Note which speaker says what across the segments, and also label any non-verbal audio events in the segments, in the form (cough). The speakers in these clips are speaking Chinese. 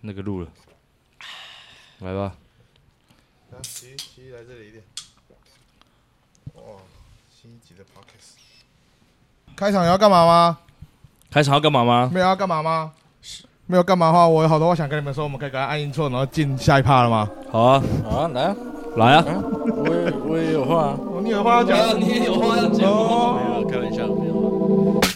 Speaker 1: 那个录了，来吧，
Speaker 2: 来，奇奇来这里一点。哦，新一集的 podcast。开场要干嘛吗？
Speaker 1: 开场要干嘛吗？
Speaker 2: 没有要干嘛吗？没有干嘛的话，我有好多话想跟你们说，我们可以赶快按印错，然后进下一趴了吗？
Speaker 1: 好啊，
Speaker 3: 啊，来啊，
Speaker 1: 来啊，
Speaker 3: 我也我也有话、啊。
Speaker 2: 哦，你有话要讲？
Speaker 3: 你有话要讲
Speaker 2: 哦
Speaker 3: 没有，开玩笑，没有啊。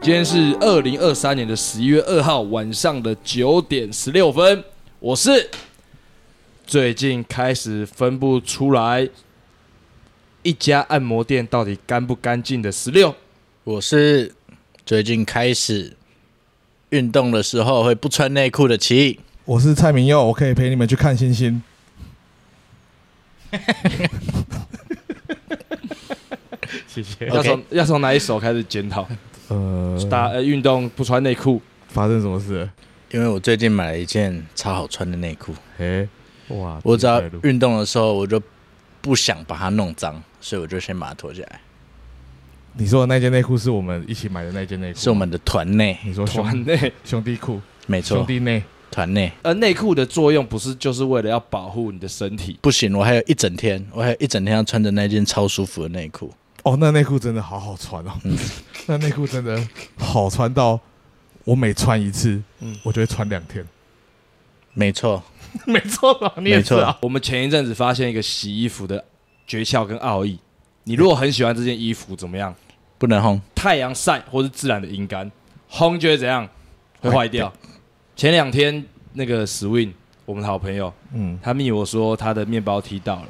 Speaker 1: 今天是二零二三年的十一月二号晚上的九点十六分，我是最近开始分不出来一家按摩店到底干不干净的十六，
Speaker 3: 我是最近开始运动的时候会不穿内裤的奇异。
Speaker 2: 我是蔡明佑，我可以陪你们去看星星。
Speaker 1: 谢谢。要从要从哪一首开始检 (laughs) 讨？
Speaker 2: 呃
Speaker 1: 打呃运动不穿内 (laughs) 裤，
Speaker 2: 发生什么事？
Speaker 3: 因为我最近买了一件超好穿的内裤，
Speaker 2: 哎，哇
Speaker 3: 我只要运动的时候我就不想把它弄脏，所以我就先把它脱下来。
Speaker 2: 你说的那件内裤是我们一起买的那件内裤，
Speaker 3: 是我们的团内，
Speaker 2: 你说兄
Speaker 1: 团内
Speaker 2: 兄弟裤，
Speaker 3: 没
Speaker 2: 兄
Speaker 3: 错，
Speaker 2: 弟内，
Speaker 3: 团内
Speaker 1: 呃内裤的作用不是就是为了要保护你的身体，
Speaker 3: 不行，我还有一整天，我还有一整天要穿着那件超舒服的内裤。
Speaker 2: 哦，那内裤真的好好穿哦，
Speaker 1: 嗯
Speaker 2: (laughs) 那内裤真的好穿到我每穿一次，
Speaker 1: 嗯
Speaker 2: 我就会穿两天。
Speaker 3: 没错，
Speaker 2: 没错吧？你
Speaker 3: 也是啊。
Speaker 1: 我们前一阵子发现一个洗衣服的诀窍跟奥义。你如果很喜欢这件衣服，怎么样？
Speaker 3: 不能烘。
Speaker 1: 太阳晒或是自然的阴干，烘就会怎样？会坏掉。前两天那个 Swin，我们的好朋友，
Speaker 2: 嗯，
Speaker 1: 他密我说他的面包踢到了，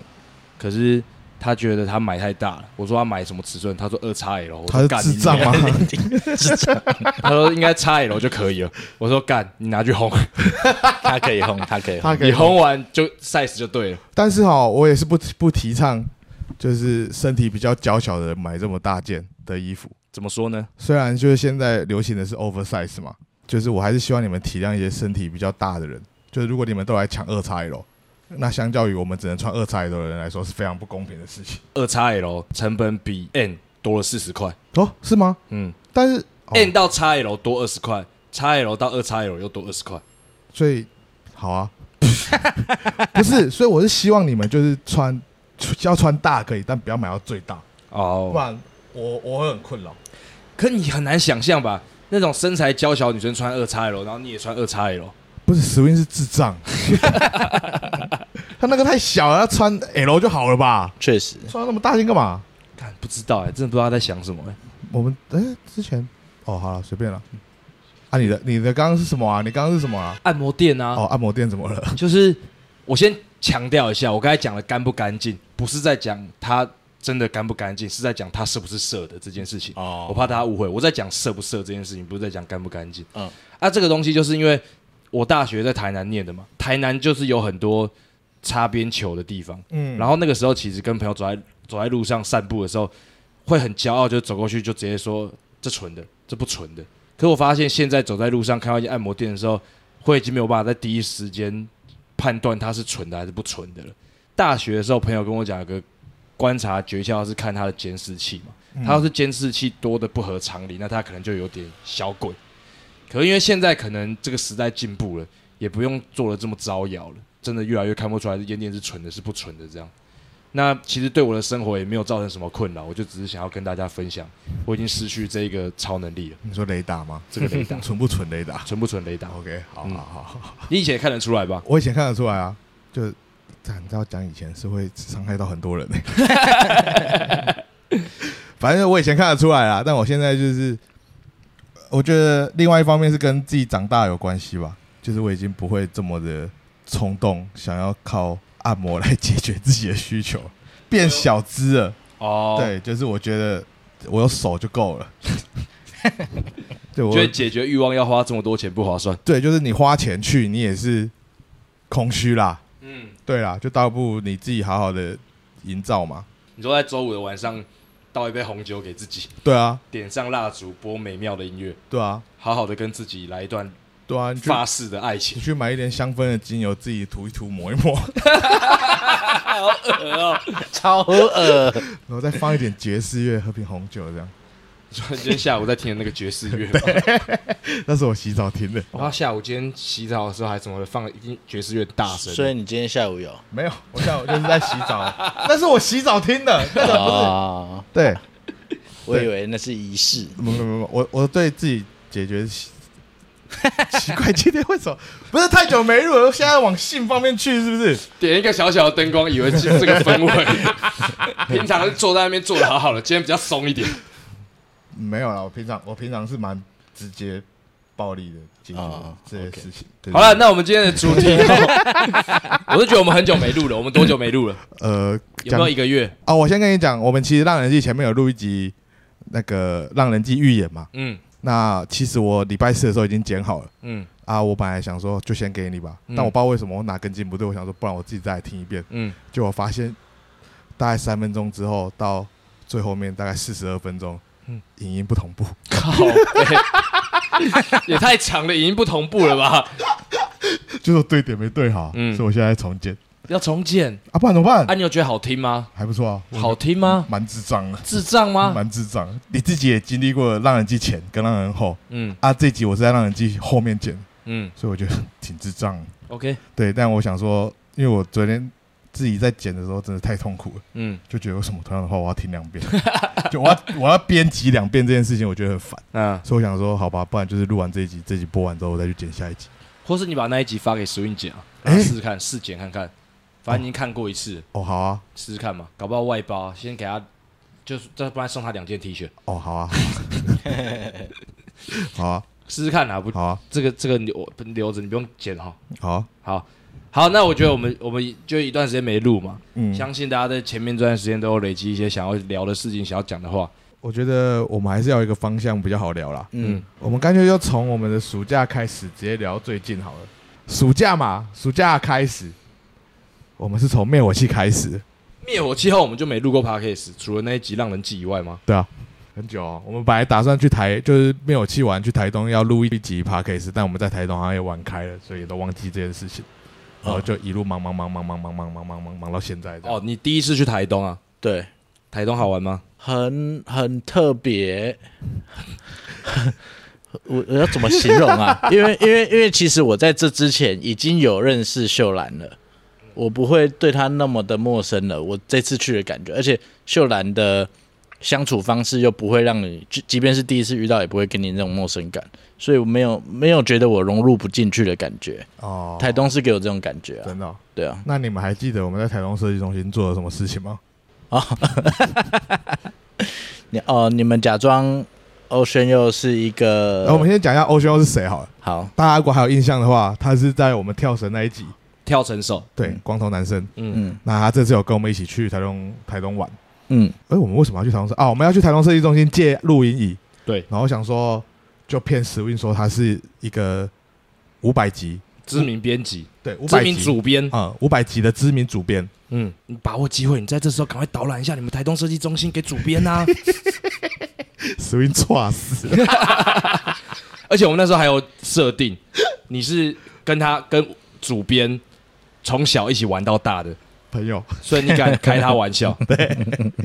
Speaker 1: 可是他觉得他买太大了。我说他买什么尺寸？他说二 XL。我
Speaker 2: 他
Speaker 1: 说
Speaker 2: 是
Speaker 1: 干
Speaker 2: 智障？吗？ (laughs)
Speaker 1: 你 (laughs) 他说应该 XL 就可以了。我说干，你拿去
Speaker 2: (laughs)
Speaker 1: 烘，
Speaker 3: 他可以烘，他可以烘。
Speaker 2: 他可
Speaker 1: 你
Speaker 2: 以
Speaker 1: 烘完就 size 就对了。
Speaker 2: 但是哈，我也是不不提倡，就是身体比较娇小的人买这么大件的衣服。
Speaker 1: 怎么说呢？
Speaker 2: 虽然就是现在流行的是 oversize 嘛，就是我还是希望你们体谅一些身体比较大的人。就是如果你们都来抢二叉 L，那相较于我们只能穿二叉 L 的人来说，是非常不公平的事情。
Speaker 1: 二 XL 成本比 N 多了四十块。
Speaker 2: 哦，是吗？
Speaker 1: 嗯。
Speaker 2: 但是、哦
Speaker 1: N 到 XL 多二十块，XL 到二 XL 又多二十块。
Speaker 2: 所以好啊， (laughs) 不是，所以我是希望你们就是穿要穿大可以，但不要买到最大，不
Speaker 1: 哦，
Speaker 2: 然我我会很困扰。
Speaker 1: 可你很难想象吧？那种身材娇小的女生穿二 XL，然后你也穿二 XL，
Speaker 2: 不是史宾是智障， (laughs) 他那个太小了，他穿 L 就好了吧？
Speaker 3: 确实，
Speaker 2: 穿那么大件干嘛？
Speaker 1: 看不知道哎、真的不知道她在想什么哎、
Speaker 2: 我们哎、之前哦好了，随便了。啊，你的你的刚刚是什么啊？你刚刚是什么啊？
Speaker 1: 按摩店啊，
Speaker 2: 哦，按摩店怎么了？
Speaker 1: 就是我先强调一下，我刚才讲的干不干净，不是在讲它真的干不干净，是在讲它是不是色的这件事情。
Speaker 3: 哦
Speaker 1: 我怕大家误会，我在讲色不色这件事情，不是在讲干不干净。
Speaker 3: 嗯
Speaker 1: 啊，这个东西就是因为我大学在台南念的嘛，台南就是有很多擦边球的地方。
Speaker 2: 嗯
Speaker 1: 然后那个时候其实跟朋友走在走在路上散步的时候，会很骄傲，就走过去就直接说这纯的，这不纯的。可我发现现在走在路上看到一间按摩店的时候，会已经没有办法在第一时间判断它是纯的还是不纯的了。大学的时候，朋友跟我讲有个观察诀窍是看它的监视器
Speaker 2: 嗯
Speaker 1: 嘛，它要是监视器多的不合常理，那它可能就有点小鬼。可是因为现在可能这个时代进步了，也不用做的这么招摇了，真的越来越看不出来烟店是纯的，是不纯的这样。那其实对我的生活也没有造成什么困扰，我就只是想要跟大家分享，我已经失去这一个超能力了，
Speaker 2: 你说雷达吗？
Speaker 1: 这个雷达
Speaker 2: 纯不纯雷达
Speaker 1: 纯不纯雷达？
Speaker 2: ？OK，好
Speaker 1: 嗯
Speaker 2: 好好好，
Speaker 1: 你以前也看得出来吧？
Speaker 2: 我以前看得出来啊，就但你知道讲以前是会伤害到很多人的、
Speaker 1: (laughs)
Speaker 2: 反正我以前看得出来啦，啊但我现在就是，我觉得另外一方面是跟自己长大有关系吧，就是我已经不会这么的冲动，想要靠按摩来解决自己的需求，变小资了。
Speaker 1: 哦，，
Speaker 2: 对，就是我觉得我有手就够了。 (laughs) 对，我
Speaker 1: 觉得解决欲望要花这么多钱不划算。
Speaker 2: 对，就是你花钱去，你也是空虚啦。
Speaker 1: 嗯，
Speaker 2: 对啦，就倒不如你自己好好的营造嘛。
Speaker 1: 你说在周五的晚上倒一杯红酒给自己， (laughs)
Speaker 2: 对啊，
Speaker 1: 点上蜡烛，播美妙的音乐，
Speaker 2: 对啊，
Speaker 1: 好好的跟自己来一段
Speaker 2: 对啊，你去
Speaker 1: 发誓的爱
Speaker 2: 你
Speaker 1: 情。 (laughs)
Speaker 2: 去买一点香氛的精油，自己涂一涂，抹一抹， (laughs)
Speaker 3: 超恶，
Speaker 2: 然后再放一点爵士乐，喝瓶红酒这样。
Speaker 1: 今天下午在听的那个爵士 (laughs) 乐嘛，
Speaker 2: 那是我洗澡听的，
Speaker 1: 然后下午今天洗澡的时候还怎么放了一定爵士乐大声，
Speaker 3: (laughs) 所以你今天下午有啊
Speaker 2: 没有，我下午就是在洗澡，啊那是我洗澡听的。 (laughs) 那？个
Speaker 3: 哦
Speaker 2: 对，
Speaker 3: 我以为那是仪式，
Speaker 2: 没没没，我我对自己解决习奇怪，今天为什么不是太久没录了？现在往性方面去是不是？
Speaker 1: 点一个小小的灯光，以为是这个氛围。
Speaker 3: (laughs)
Speaker 1: 平常是坐在那边坐的好好的，今天比较松一点。
Speaker 2: 没有啦，我平常我平常是蛮直接、暴力的解决
Speaker 3: 啊
Speaker 2: 这些事情。对
Speaker 1: (laughs) 好了，，那我们今天的主题， (laughs) 我是觉得我们很久没录了，我们多久没录了？
Speaker 2: 呃，
Speaker 1: 有没有一
Speaker 2: 讲
Speaker 1: 个月？
Speaker 2: 啊？我先跟你讲，我们其实《浪人记》前面有录一集那个《浪人记》预演嘛。
Speaker 1: 嗯
Speaker 2: 那其实我礼拜四的时候已经剪好了
Speaker 1: 嗯
Speaker 2: 啊，我本来想说就先给你吧，
Speaker 1: 嗯
Speaker 2: 但我不知道为什么我哪根筋不对，我想说不然我自己再来听一遍。
Speaker 1: 嗯，
Speaker 2: 结果发现大概三分钟之后到最后面大概四十二分钟，
Speaker 1: 嗯
Speaker 2: 影音不同步， (laughs)
Speaker 1: 靠背，也太长了，已经不同步了吧？
Speaker 2: 就是我对点没对好，
Speaker 1: 嗯
Speaker 2: 所以我现在在重剪
Speaker 1: 要重建
Speaker 2: 啊，不然怎么办？
Speaker 1: 啊？你有觉得好听吗？
Speaker 2: 还不错啊，我
Speaker 1: 好听吗？
Speaker 2: 蛮智障的。
Speaker 1: 智障吗？
Speaker 2: 蛮智障的，你自己也经历过《浪人记》前跟《浪人后》
Speaker 1: 嗯
Speaker 2: 啊，这集我是在《浪人记》后面剪，
Speaker 1: 嗯
Speaker 2: 所以我觉得挺智障的。 (laughs)
Speaker 1: ，OK，
Speaker 2: 对，但我想说，因为我昨天自己在剪的时候真的太痛苦了，
Speaker 1: 嗯
Speaker 2: 就觉得为什么同样的话我要听两遍，就我要我要编辑两遍这件事情，我觉得很烦。
Speaker 1: 啊，
Speaker 2: 所以我想说，好吧，不然就是录完这一集，这集播完之后，我再去剪下一集。
Speaker 1: 或是你把那一集发给 Swing 姐啊，
Speaker 2: 哎
Speaker 1: 试试看，试剪看看，反正已经看过一次了。
Speaker 2: 哦，好啊，
Speaker 1: 试试看嘛，搞不好外包，先给他，就是再不然送他两件 T 恤，
Speaker 2: 哦，好啊，好啊，
Speaker 1: 试试看啊，不，
Speaker 2: 好啊，
Speaker 1: 这个这个留留着，你不用剪哈。
Speaker 2: 好啊，
Speaker 1: 好，好，那我觉得我们我们就一段时间没录嘛，
Speaker 2: 嗯，
Speaker 1: 相信大家在前面这段时间都有累积一些想要聊的事情，想要讲的话，
Speaker 2: 我觉得我们还是要有一个方向比较好聊啦。
Speaker 3: 嗯，
Speaker 2: 我们干脆就从我们的暑假开始，直接聊最近好了。暑假嘛，暑假开始，我们是从灭火器开始，
Speaker 1: 灭火器后我们就没录过 podcast，除了那一集让人记以外吗？
Speaker 2: 对啊，很久、哦。我们本来打算去台，就是灭火器玩去台东要录一集 p a c a s e 但我们在台东好像也玩开了，所以也都忘记这件事情。然后就一路忙忙忙忙忙忙忙忙忙忙忙到现在这样。
Speaker 1: 哦，你第一次去台东啊？
Speaker 3: 对，
Speaker 1: 台东好玩吗？
Speaker 3: 很很特别。 (laughs) 我我要怎么形容啊？ (laughs) 因为因为因为其实我在这之前已经有认识秀兰了，我不会对她那么的陌生了。我这次去的感觉，而且秀兰的相处方式又不会让你，即即便是第一次遇到，也不会给你那种陌生感，所以我没有没有觉得我融入不进去的感觉。
Speaker 2: 哦
Speaker 3: 台东是给我这种感觉啊，
Speaker 2: 真的哦、
Speaker 3: 对啊，
Speaker 2: 那你们还记得我们在台东设计中心做了什么事情吗？
Speaker 3: 你哦，你们假装欧轩又是一个
Speaker 2: 然哦后我们先讲一下欧兄是谁好了。
Speaker 3: 好，
Speaker 2: 大家如果还有印象的话，他是在我们跳绳那一集，
Speaker 1: 跳绳手，
Speaker 2: 对
Speaker 3: 嗯，
Speaker 2: 光头男生。
Speaker 1: 嗯，
Speaker 3: 嗯
Speaker 2: 那他这次有跟我们一起去台东台东玩。
Speaker 3: 嗯
Speaker 2: 哎，我们为什么要去台东设？啊，我们要去台东设计中心借录音椅。
Speaker 1: 对，
Speaker 2: 然后想说就骗石运说他是一个五百级，
Speaker 1: 知名编辑，
Speaker 2: 对，五
Speaker 1: 知
Speaker 2: 百
Speaker 1: 名主编，
Speaker 2: 啊，五百级的知名主编。
Speaker 1: 嗯，你把握机会，你在这时候赶快导览一下你们台东设计中心给主编
Speaker 2: (laughs)
Speaker 1: 啊。
Speaker 2: 石 (laughs) 运错死了，
Speaker 1: 而且我们那时候还有设定，你是跟他跟主编从小一起玩到大的，
Speaker 2: 朋友，
Speaker 1: 所以你敢开他玩
Speaker 3: (laughs)
Speaker 1: 笑？对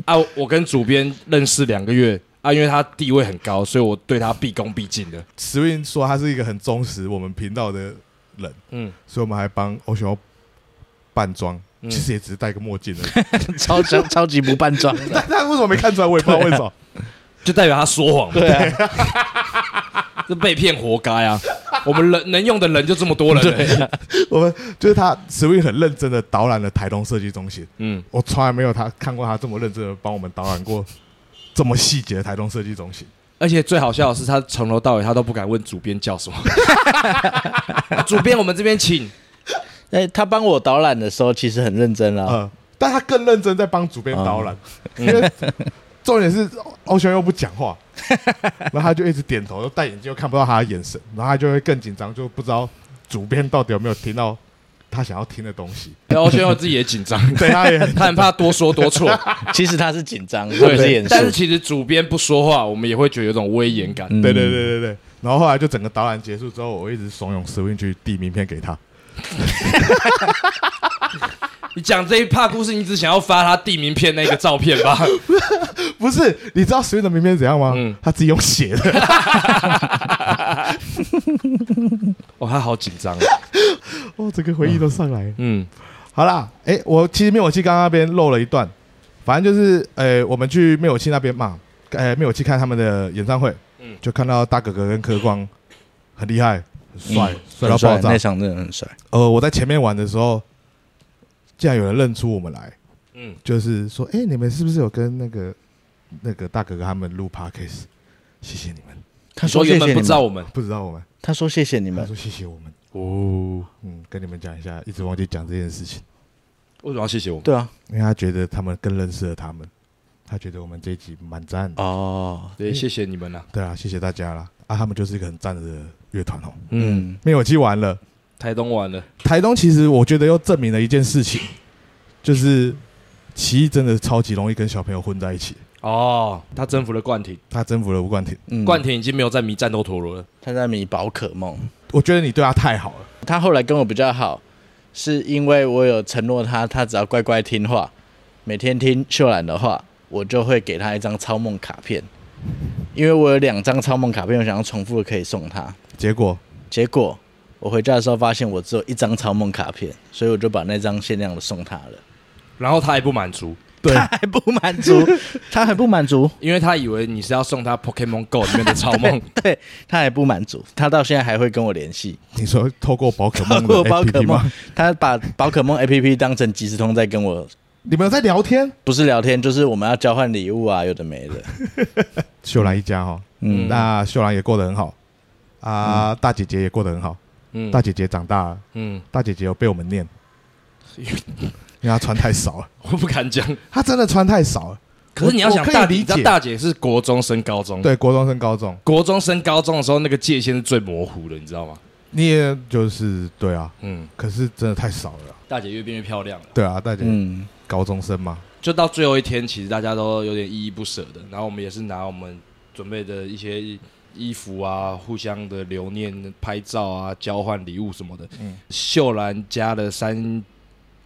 Speaker 1: 啊，我跟主编认识两个月啊，因为他地位很高，所以我对他毕恭毕敬的。
Speaker 2: 石运说他是一个很忠实我们频道的人，
Speaker 1: 嗯，
Speaker 2: 所以我们还帮欧熊扮装，
Speaker 1: 嗯
Speaker 2: 其实也只是戴个墨镜而
Speaker 1: (laughs)
Speaker 2: 已。
Speaker 3: (laughs) 超超超级不扮装的，
Speaker 2: 但他为什么没看出来？我也不知道为什么。
Speaker 1: 就代表他说谎嘛。对、
Speaker 3: 啊
Speaker 1: (laughs) 这被骗活该啊！我们人能用的人就这么多人、欸，
Speaker 2: 我们就是他石运很认真的导览了台东设计中心，
Speaker 1: 嗯，
Speaker 2: 我从来没有他看过他这么认真的帮我们导览过这么细节的台东设计中心。
Speaker 1: 而且最好笑的是，他从头到尾他都不敢问主编叫
Speaker 3: (laughs)
Speaker 1: 什么。主编，我们这边请。
Speaker 3: (laughs) 哎，他帮我导览的时候其实很认真啊
Speaker 1: 嗯
Speaker 3: 啦，
Speaker 2: 呃，但他更认真在帮主编导览，因为重点是欧欧雄又不讲话，然后他就一直点头，又戴眼镜又看不到他的眼神，然后他就会更紧张，就不知道主编到底有没有听到他想要听的东西。
Speaker 1: 然后轩佑自己也紧张，
Speaker 2: 对，他也很
Speaker 1: 他很怕多说多错，
Speaker 3: 其实 (laughs) 他是紧张，他不是
Speaker 1: 对
Speaker 3: 演。
Speaker 1: 但是
Speaker 3: 示，
Speaker 1: 其实主编不说话，我们也会觉得有种威严感。
Speaker 3: 嗯
Speaker 2: 对对对对对。然后后来就整个导览结束之后，我一直怂恿 Swin 去递名片给他。
Speaker 1: 你讲这一趴故事，你只想要发他递名片那个照片 (laughs) 吧？
Speaker 2: 不是，你知道 Swin 的名片怎样吗？
Speaker 1: 嗯
Speaker 2: 他自己用写的。
Speaker 1: (laughs) 哦，他好紧张啊。
Speaker 2: 哦，整个回忆都上来了。
Speaker 1: 嗯
Speaker 2: 好啦，哎、我其实灭火器刚刚那边漏了一段，反正就是，呃，我们去灭火器那边嘛，呃，灭火器看他们的演唱会，
Speaker 1: 嗯
Speaker 2: 就看到大哥哥跟柯光很厉害，很帅，帅、
Speaker 3: 嗯很
Speaker 2: 到爆
Speaker 3: 帅，
Speaker 2: 炸
Speaker 3: 那。场真的很帅，
Speaker 2: 呃，我在前面玩的时候，竟然有人认出我们来，
Speaker 1: 嗯，
Speaker 2: 就是说，哎、你们是不是有跟那个那个大哥哥他们录 podcast？谢谢你们，
Speaker 3: 他
Speaker 1: 说
Speaker 3: 谢
Speaker 1: 原
Speaker 3: 谢
Speaker 1: 本
Speaker 3: 你
Speaker 1: 不
Speaker 3: 们
Speaker 1: 知，道我们
Speaker 2: 不知道我们，
Speaker 3: 他说谢谢你
Speaker 2: 他
Speaker 3: 们，
Speaker 2: 说谢谢我们，
Speaker 1: 哦，
Speaker 2: 嗯，跟你们讲一下，一直忘记讲这件事情。
Speaker 1: 为什么要谢谢我们？
Speaker 3: 对啊，
Speaker 2: 因为他觉得他们更认识了他们，他觉得我们这一集蛮赞的。
Speaker 3: 哦，
Speaker 1: 对，谢谢你们啊。
Speaker 2: 对啊，谢谢大家啦！啊，他们就是一个很赞的乐团哦。
Speaker 1: 嗯，
Speaker 3: 嗯，
Speaker 2: 灭火器完了，
Speaker 1: 台东完了，
Speaker 2: 台东其实我觉得又证明了一件事情，就是奇艺真的超级容易跟小朋友混在一起。
Speaker 1: 哦，他征服了冠廷，
Speaker 2: 他征服了吴冠廷，
Speaker 3: 嗯
Speaker 1: 冠廷已经没有在迷战斗陀螺了。
Speaker 3: 他在迷宝可梦，
Speaker 2: 我觉得你对他太好了。
Speaker 3: 他后来跟我比较好，是因为我有承诺他，他只要乖乖听话，每天听秀兰的话，我就会给他一张超梦卡片，因为我有两张超梦卡片，我想要重复的可以送他。
Speaker 2: 结果
Speaker 3: 结果我回家的时候发现我只有一张超梦卡片，所以我就把那张限量的送他了。
Speaker 1: 然后他还不满足，
Speaker 2: 对
Speaker 3: 他还不满足，他还不满足，
Speaker 1: 因为他以为你是要送他 Pokemon Go 里面的超 (laughs) 梦。
Speaker 3: 对他还不满足，他到现在还会跟我联系。
Speaker 2: 你说 (laughs) 透过宝可
Speaker 3: 包
Speaker 2: 梦的
Speaker 3: 括宝可
Speaker 2: APP
Speaker 3: 梦
Speaker 2: 吗？，
Speaker 3: 他把宝可梦 A P P 当成即时通在跟我
Speaker 2: 你们有在聊天？
Speaker 3: 不是聊天，就是我们要交换礼物啊，有的没的。
Speaker 2: 秀兰一家哈、哦，
Speaker 3: 嗯，
Speaker 2: 那秀兰也过得很好啊，大姐姐也过得很好。
Speaker 1: 嗯
Speaker 2: 大姐姐长大了，
Speaker 1: 嗯，
Speaker 2: 大姐姐有被我们
Speaker 3: (laughs)
Speaker 2: 念，因为她穿太少了。
Speaker 1: 我不敢讲。
Speaker 2: 他真的穿太少了。
Speaker 1: 可是你要
Speaker 2: 我
Speaker 1: 想
Speaker 2: 我可以
Speaker 1: 大姐，
Speaker 2: 理
Speaker 1: 你知道
Speaker 2: 解
Speaker 1: 大姐是国中升高
Speaker 3: 嗯
Speaker 1: 中，，
Speaker 2: 对，国中升高中，
Speaker 1: 国中升高中的时候，那个界限是最模糊的，你知道吗？
Speaker 2: 你也就是对啊，
Speaker 1: 嗯，
Speaker 2: 可是真的太少了啊。
Speaker 1: 大姐越变越漂亮了。
Speaker 2: 对啊，大姐、
Speaker 3: 嗯，
Speaker 2: 高中生嘛，
Speaker 1: 就到最后一天，其实大家都有点依依不舍的。然后我们也是拿我们准备的一些衣服啊，互相的留念、拍照啊，交换礼物什么的。
Speaker 2: 嗯
Speaker 1: 秀兰家的三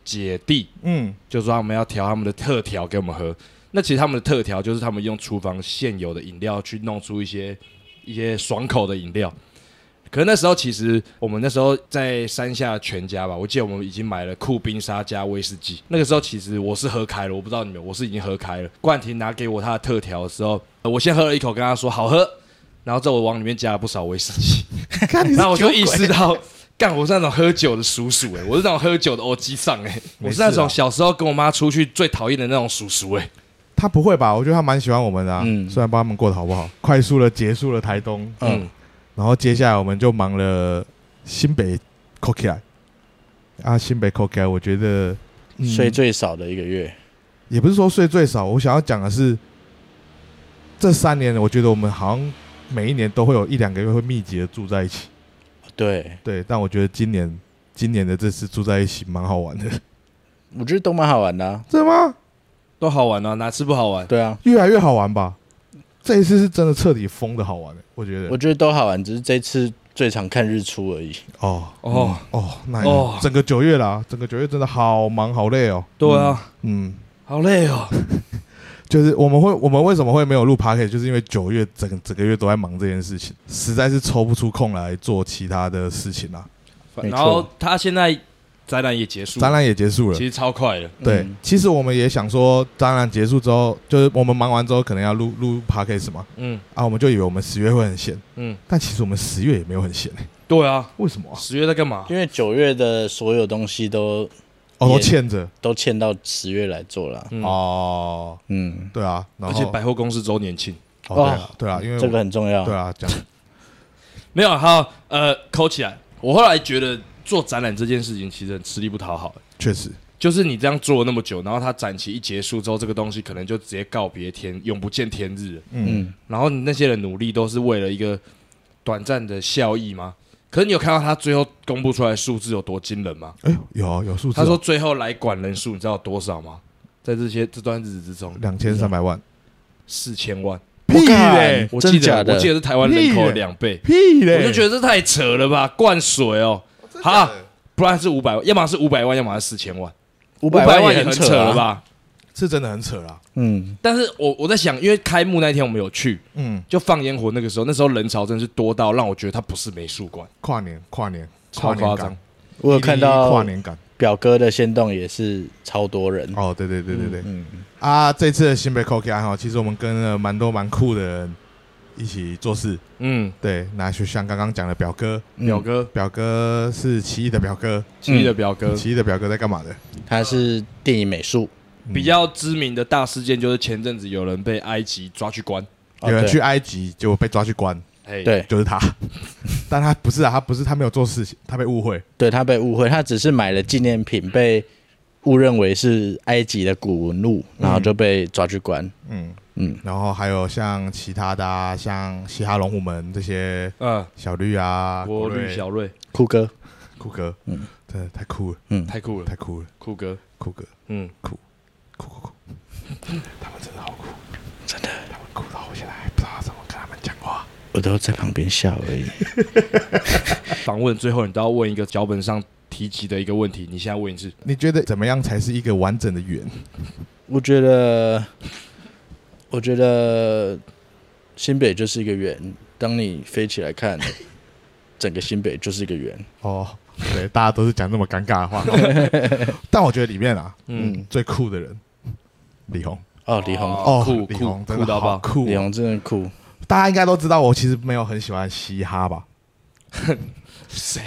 Speaker 1: 姐弟
Speaker 2: 嗯，
Speaker 1: 就说他们要调他们的特调给我们喝。那其实他们的特调就是他们用厨房现有的饮料去弄出一些一些爽口的饮料。可是那时候其实我们那时候在山下全家吧，我记得我们已经买了酷冰沙加威士忌。那个时候其实我是喝开了，我不知道你们，我是已经喝开了。冠廷拿给我他的特调的时候，呃我先喝了一口，跟他说好喝，然后之后我往里面加了不少威士忌，
Speaker 2: 看你
Speaker 1: 然后我
Speaker 2: 是酒
Speaker 1: 就
Speaker 2: 鬼
Speaker 1: 意识
Speaker 2: (laughs)
Speaker 1: 到。干，我是那种喝酒的叔叔哎、我是那种喝酒的欧基上哎、我是那
Speaker 2: 没事啊
Speaker 1: 种小时候跟我妈出去最讨厌的那种叔叔哎、
Speaker 2: 他不会吧？我觉得他蛮喜欢我们的、啊，
Speaker 3: 嗯
Speaker 2: 虽然不知道他们过得好不好。快速的结束了台东，
Speaker 1: 嗯
Speaker 3: 嗯，
Speaker 2: 然后接下来我们就忙了新北 c o k i 啊，新北 c o k i 我觉得、嗯
Speaker 3: 睡最少的一个月，
Speaker 2: 也不是说睡最少，我想要讲的是，这三年我觉得我们好像每一年都会有一两个月会密集的住在一起。
Speaker 3: 对
Speaker 2: 对，但我觉得今年今年的这次住在一起蛮好玩的，
Speaker 3: 我觉得都蛮好玩的啊、
Speaker 2: 真的吗？
Speaker 1: 都好玩啊，哪次不好玩？
Speaker 3: 对啊，
Speaker 2: 越来越好玩吧？这一次是真的彻底疯的好玩的，我觉得
Speaker 3: 我。觉得都好玩，只是这次最常看日出而已。
Speaker 2: 哦
Speaker 1: 哦
Speaker 2: 哦，那
Speaker 1: 哦
Speaker 2: 整个九月啦，整个九月真的好忙好累哦。
Speaker 1: 对啊，
Speaker 2: 嗯，
Speaker 1: 好累哦。
Speaker 2: 就是我们会，我们为什么会没有录 p a r k 就是因为九月整整个月都在忙这件事情，实在是抽不出空来做其他的事情啦。
Speaker 3: 没错
Speaker 1: 然后他现在展览也结束，
Speaker 2: 展览也结束了
Speaker 1: 其，实超快的，
Speaker 2: 对，
Speaker 3: 嗯
Speaker 2: 其实我们也想说，展览结束之后，就是我们忙完之后可能要录录 p a r k 嘛，
Speaker 1: 嗯
Speaker 2: 啊，我们就以为我们十月会很闲，
Speaker 1: 嗯，
Speaker 2: 但其实我们十月也没有很闲、欸，
Speaker 1: 对啊，
Speaker 2: 为什么、啊？
Speaker 1: 十月在干嘛？
Speaker 3: 因为九月的所有东西都
Speaker 2: 哦，
Speaker 3: 也
Speaker 2: 都欠着、
Speaker 3: 都欠到十月来做了。啊
Speaker 1: 嗯，
Speaker 2: 哦，
Speaker 3: 嗯，
Speaker 2: 对啊，然
Speaker 1: 而
Speaker 2: 后
Speaker 1: 且百货公司周年庆
Speaker 2: 哦对啊，对啊，因为
Speaker 3: 这
Speaker 2: 我
Speaker 3: 个很重要。
Speaker 2: 对啊，讲
Speaker 1: 没有，好，呃，扣起来。我后来觉得做展览这件事情其实很吃力不讨好，
Speaker 2: 确实，
Speaker 1: 就是你这样做了那么久，然后它展期一结束之后，这个东西可能就直接告别天，永不见天日了。
Speaker 2: 嗯，
Speaker 3: 嗯，
Speaker 1: 然后你那些人努力都是为了一个短暂的效益吗？可是你有看到他最后公布出来的数字有多惊人吗？
Speaker 2: 哎、有有数字哦、
Speaker 1: 他说最后来管人数你知道有多少吗？在这些这段日子之中，
Speaker 2: 两千三百万，
Speaker 1: 嗯四千万，
Speaker 2: 屁
Speaker 3: 干
Speaker 2: 嘞，
Speaker 1: 我啊
Speaker 3: 真
Speaker 1: 记得
Speaker 3: 假的
Speaker 1: 我记得是台湾人口
Speaker 2: 屁
Speaker 1: 的
Speaker 2: 嘞
Speaker 1: 两倍，
Speaker 2: 屁
Speaker 1: 我
Speaker 2: 嘞，
Speaker 1: 就觉得这太扯了吧，灌水哦，好啊，不然是五百，要么是五百万，要么是四千万，
Speaker 3: 五
Speaker 1: 五
Speaker 3: 百
Speaker 1: 万
Speaker 3: 也
Speaker 1: 很
Speaker 3: 扯
Speaker 1: 了
Speaker 3: 啊？
Speaker 1: 吧？
Speaker 2: 是真的很扯啦。
Speaker 3: 嗯，
Speaker 1: 但是我我在想，因为开幕那一天我们有去，
Speaker 2: 嗯，
Speaker 1: 就放烟火那个时候，那时候人潮真的是多到让我觉得它不是美术馆，
Speaker 2: 跨年，跨年，
Speaker 1: 超
Speaker 2: 跨
Speaker 1: 夸
Speaker 2: 年
Speaker 1: 张
Speaker 2: 感，。
Speaker 3: 我有看
Speaker 2: 101跨
Speaker 3: 到
Speaker 2: 年感。
Speaker 3: 表哥的线动也是超多人。
Speaker 2: 哦，对对对对对。
Speaker 3: 嗯，
Speaker 2: 啊，这次的新北 Coke 安好，其实我们跟了蛮多蛮酷的人一起做事。
Speaker 1: 嗯，
Speaker 2: 对，那就像刚刚讲的表哥，
Speaker 3: 嗯
Speaker 1: 表哥，
Speaker 2: 表哥是奇异的表哥，嗯
Speaker 1: 奇异的表哥，
Speaker 2: 奇异的表哥在干嘛的？
Speaker 3: 嗯他是电影美术，
Speaker 2: 嗯
Speaker 1: 比较知名的大事件就是前阵子有人被埃及抓去关，
Speaker 3: 哦
Speaker 2: 有人
Speaker 3: 对
Speaker 2: 去埃及，结果被抓去关，
Speaker 1: 嘿，
Speaker 3: 对
Speaker 2: 就是他。 (laughs) 但他不是啊，他不是，他没有做事情，他被误会。
Speaker 3: 对他被误会，他只是买了纪念品，被误认为是埃及的古文物，然后就被抓去关。
Speaker 2: 嗯
Speaker 3: 嗯
Speaker 2: 嗯，然后还有像其他的、啊，像嘻哈龙虎门这些
Speaker 1: 嗯，
Speaker 2: 小绿啊，
Speaker 1: 我
Speaker 2: 国
Speaker 1: 绿
Speaker 2: 瑞
Speaker 1: 小瑞，
Speaker 3: 酷哥，
Speaker 2: 酷哥，
Speaker 3: 嗯
Speaker 2: 嗯，真的太酷了，
Speaker 3: 嗯，
Speaker 1: 太酷了，
Speaker 2: 太酷了，
Speaker 1: 酷哥，
Speaker 2: 酷哥，
Speaker 1: 嗯，
Speaker 2: 酷酷酷， (laughs) 他们真的好酷，真的，他们酷到我现在还不知道怎么跟他们讲话。
Speaker 3: 我都在旁边笑而已。
Speaker 1: 访问最后你都要问一个脚本上提及的一个问题，你现在问一次，
Speaker 2: 你觉得怎么样才是一个完整的圆？
Speaker 3: (laughs) 我觉得，我觉得新北就是一个圆。当你飞起来看，整个新北就是一个圆。
Speaker 2: 哦，对，大家都是讲那么尴尬的话， (laughs) 但我觉得里面啊，
Speaker 1: 嗯，
Speaker 2: 最酷的人，李红，
Speaker 3: 哦，李红，
Speaker 2: 哦，
Speaker 1: 酷
Speaker 2: 李
Speaker 1: 酷
Speaker 2: 红真
Speaker 1: 酷
Speaker 2: 的
Speaker 1: 到
Speaker 2: 好
Speaker 1: 爆，
Speaker 2: 酷
Speaker 3: 李
Speaker 2: 哦，
Speaker 3: 红真的酷。
Speaker 2: 大家应该都知道，我其实没有很喜欢嘻哈吧。
Speaker 1: 谁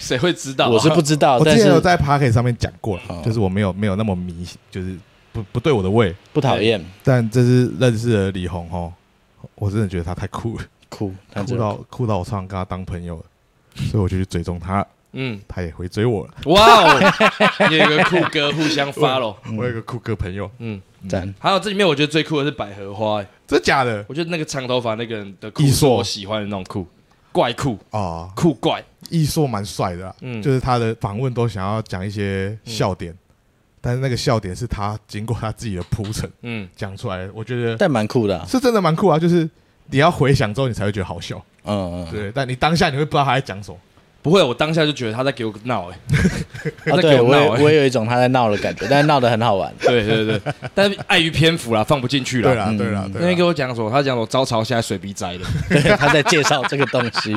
Speaker 1: 谁会知道啊？
Speaker 3: 我是不知道，
Speaker 2: (laughs) 我之
Speaker 3: 哦但
Speaker 2: 前有
Speaker 3: 是
Speaker 2: 在 p a r k 上面讲过
Speaker 3: 哦
Speaker 2: 了，就是我没有没有那么迷，就是不不对我的胃。
Speaker 3: 不讨厌
Speaker 2: 但这是认识了李红哦，我真的觉得他太酷了，
Speaker 3: 酷，他
Speaker 2: 酷
Speaker 3: 真的
Speaker 2: 到酷到我常常跟他当朋友了，所以我就去追踪他，
Speaker 1: 嗯，
Speaker 2: 他也会追我了。
Speaker 1: 哇 (laughs) 哦，你有一个酷哥互 (laughs) 相 follow，
Speaker 2: 我有一个酷哥朋友，
Speaker 1: 嗯，
Speaker 3: 赞。
Speaker 1: 还有这里面我觉得最酷的是百合花、欸，
Speaker 2: 真假的
Speaker 1: 我觉得那个长头发那个人的酷
Speaker 2: 艺
Speaker 1: 是
Speaker 2: 硕
Speaker 1: 我喜欢的那种酷，怪酷
Speaker 2: 啊？
Speaker 1: 酷怪，
Speaker 2: 艺硕蛮帅的啊，
Speaker 1: 嗯
Speaker 2: 就是他的访问都想要讲一些笑点，但是那个笑点是他经过他自己的铺陈 (laughs)
Speaker 1: 嗯，
Speaker 2: 讲出来的，我觉得
Speaker 3: 但蛮酷的啊、
Speaker 2: 是真的蛮酷啊，就是。你要回想之后，你才会觉得好笑，
Speaker 3: 嗯嗯，
Speaker 2: 对。但你当下你会不知道他在讲什么，
Speaker 1: 不会，我当下就觉得他在给我闹、欸， (laughs)
Speaker 3: 啊，
Speaker 1: 那
Speaker 3: 对
Speaker 1: 给我
Speaker 3: 我
Speaker 1: 闹
Speaker 3: 也
Speaker 1: 欸
Speaker 3: 我也有一种他在闹的感觉，但是闹得很好玩。
Speaker 1: 对对对，但是碍于篇幅啦，放不进去
Speaker 2: 对
Speaker 1: 啦。
Speaker 2: 啦，
Speaker 3: 嗯
Speaker 2: 对啦，
Speaker 1: 那
Speaker 2: 对
Speaker 1: 天
Speaker 2: 啦。
Speaker 1: 跟我讲什么？他讲我招潮现在水逼摘的，
Speaker 3: 对，他在介绍这个东西，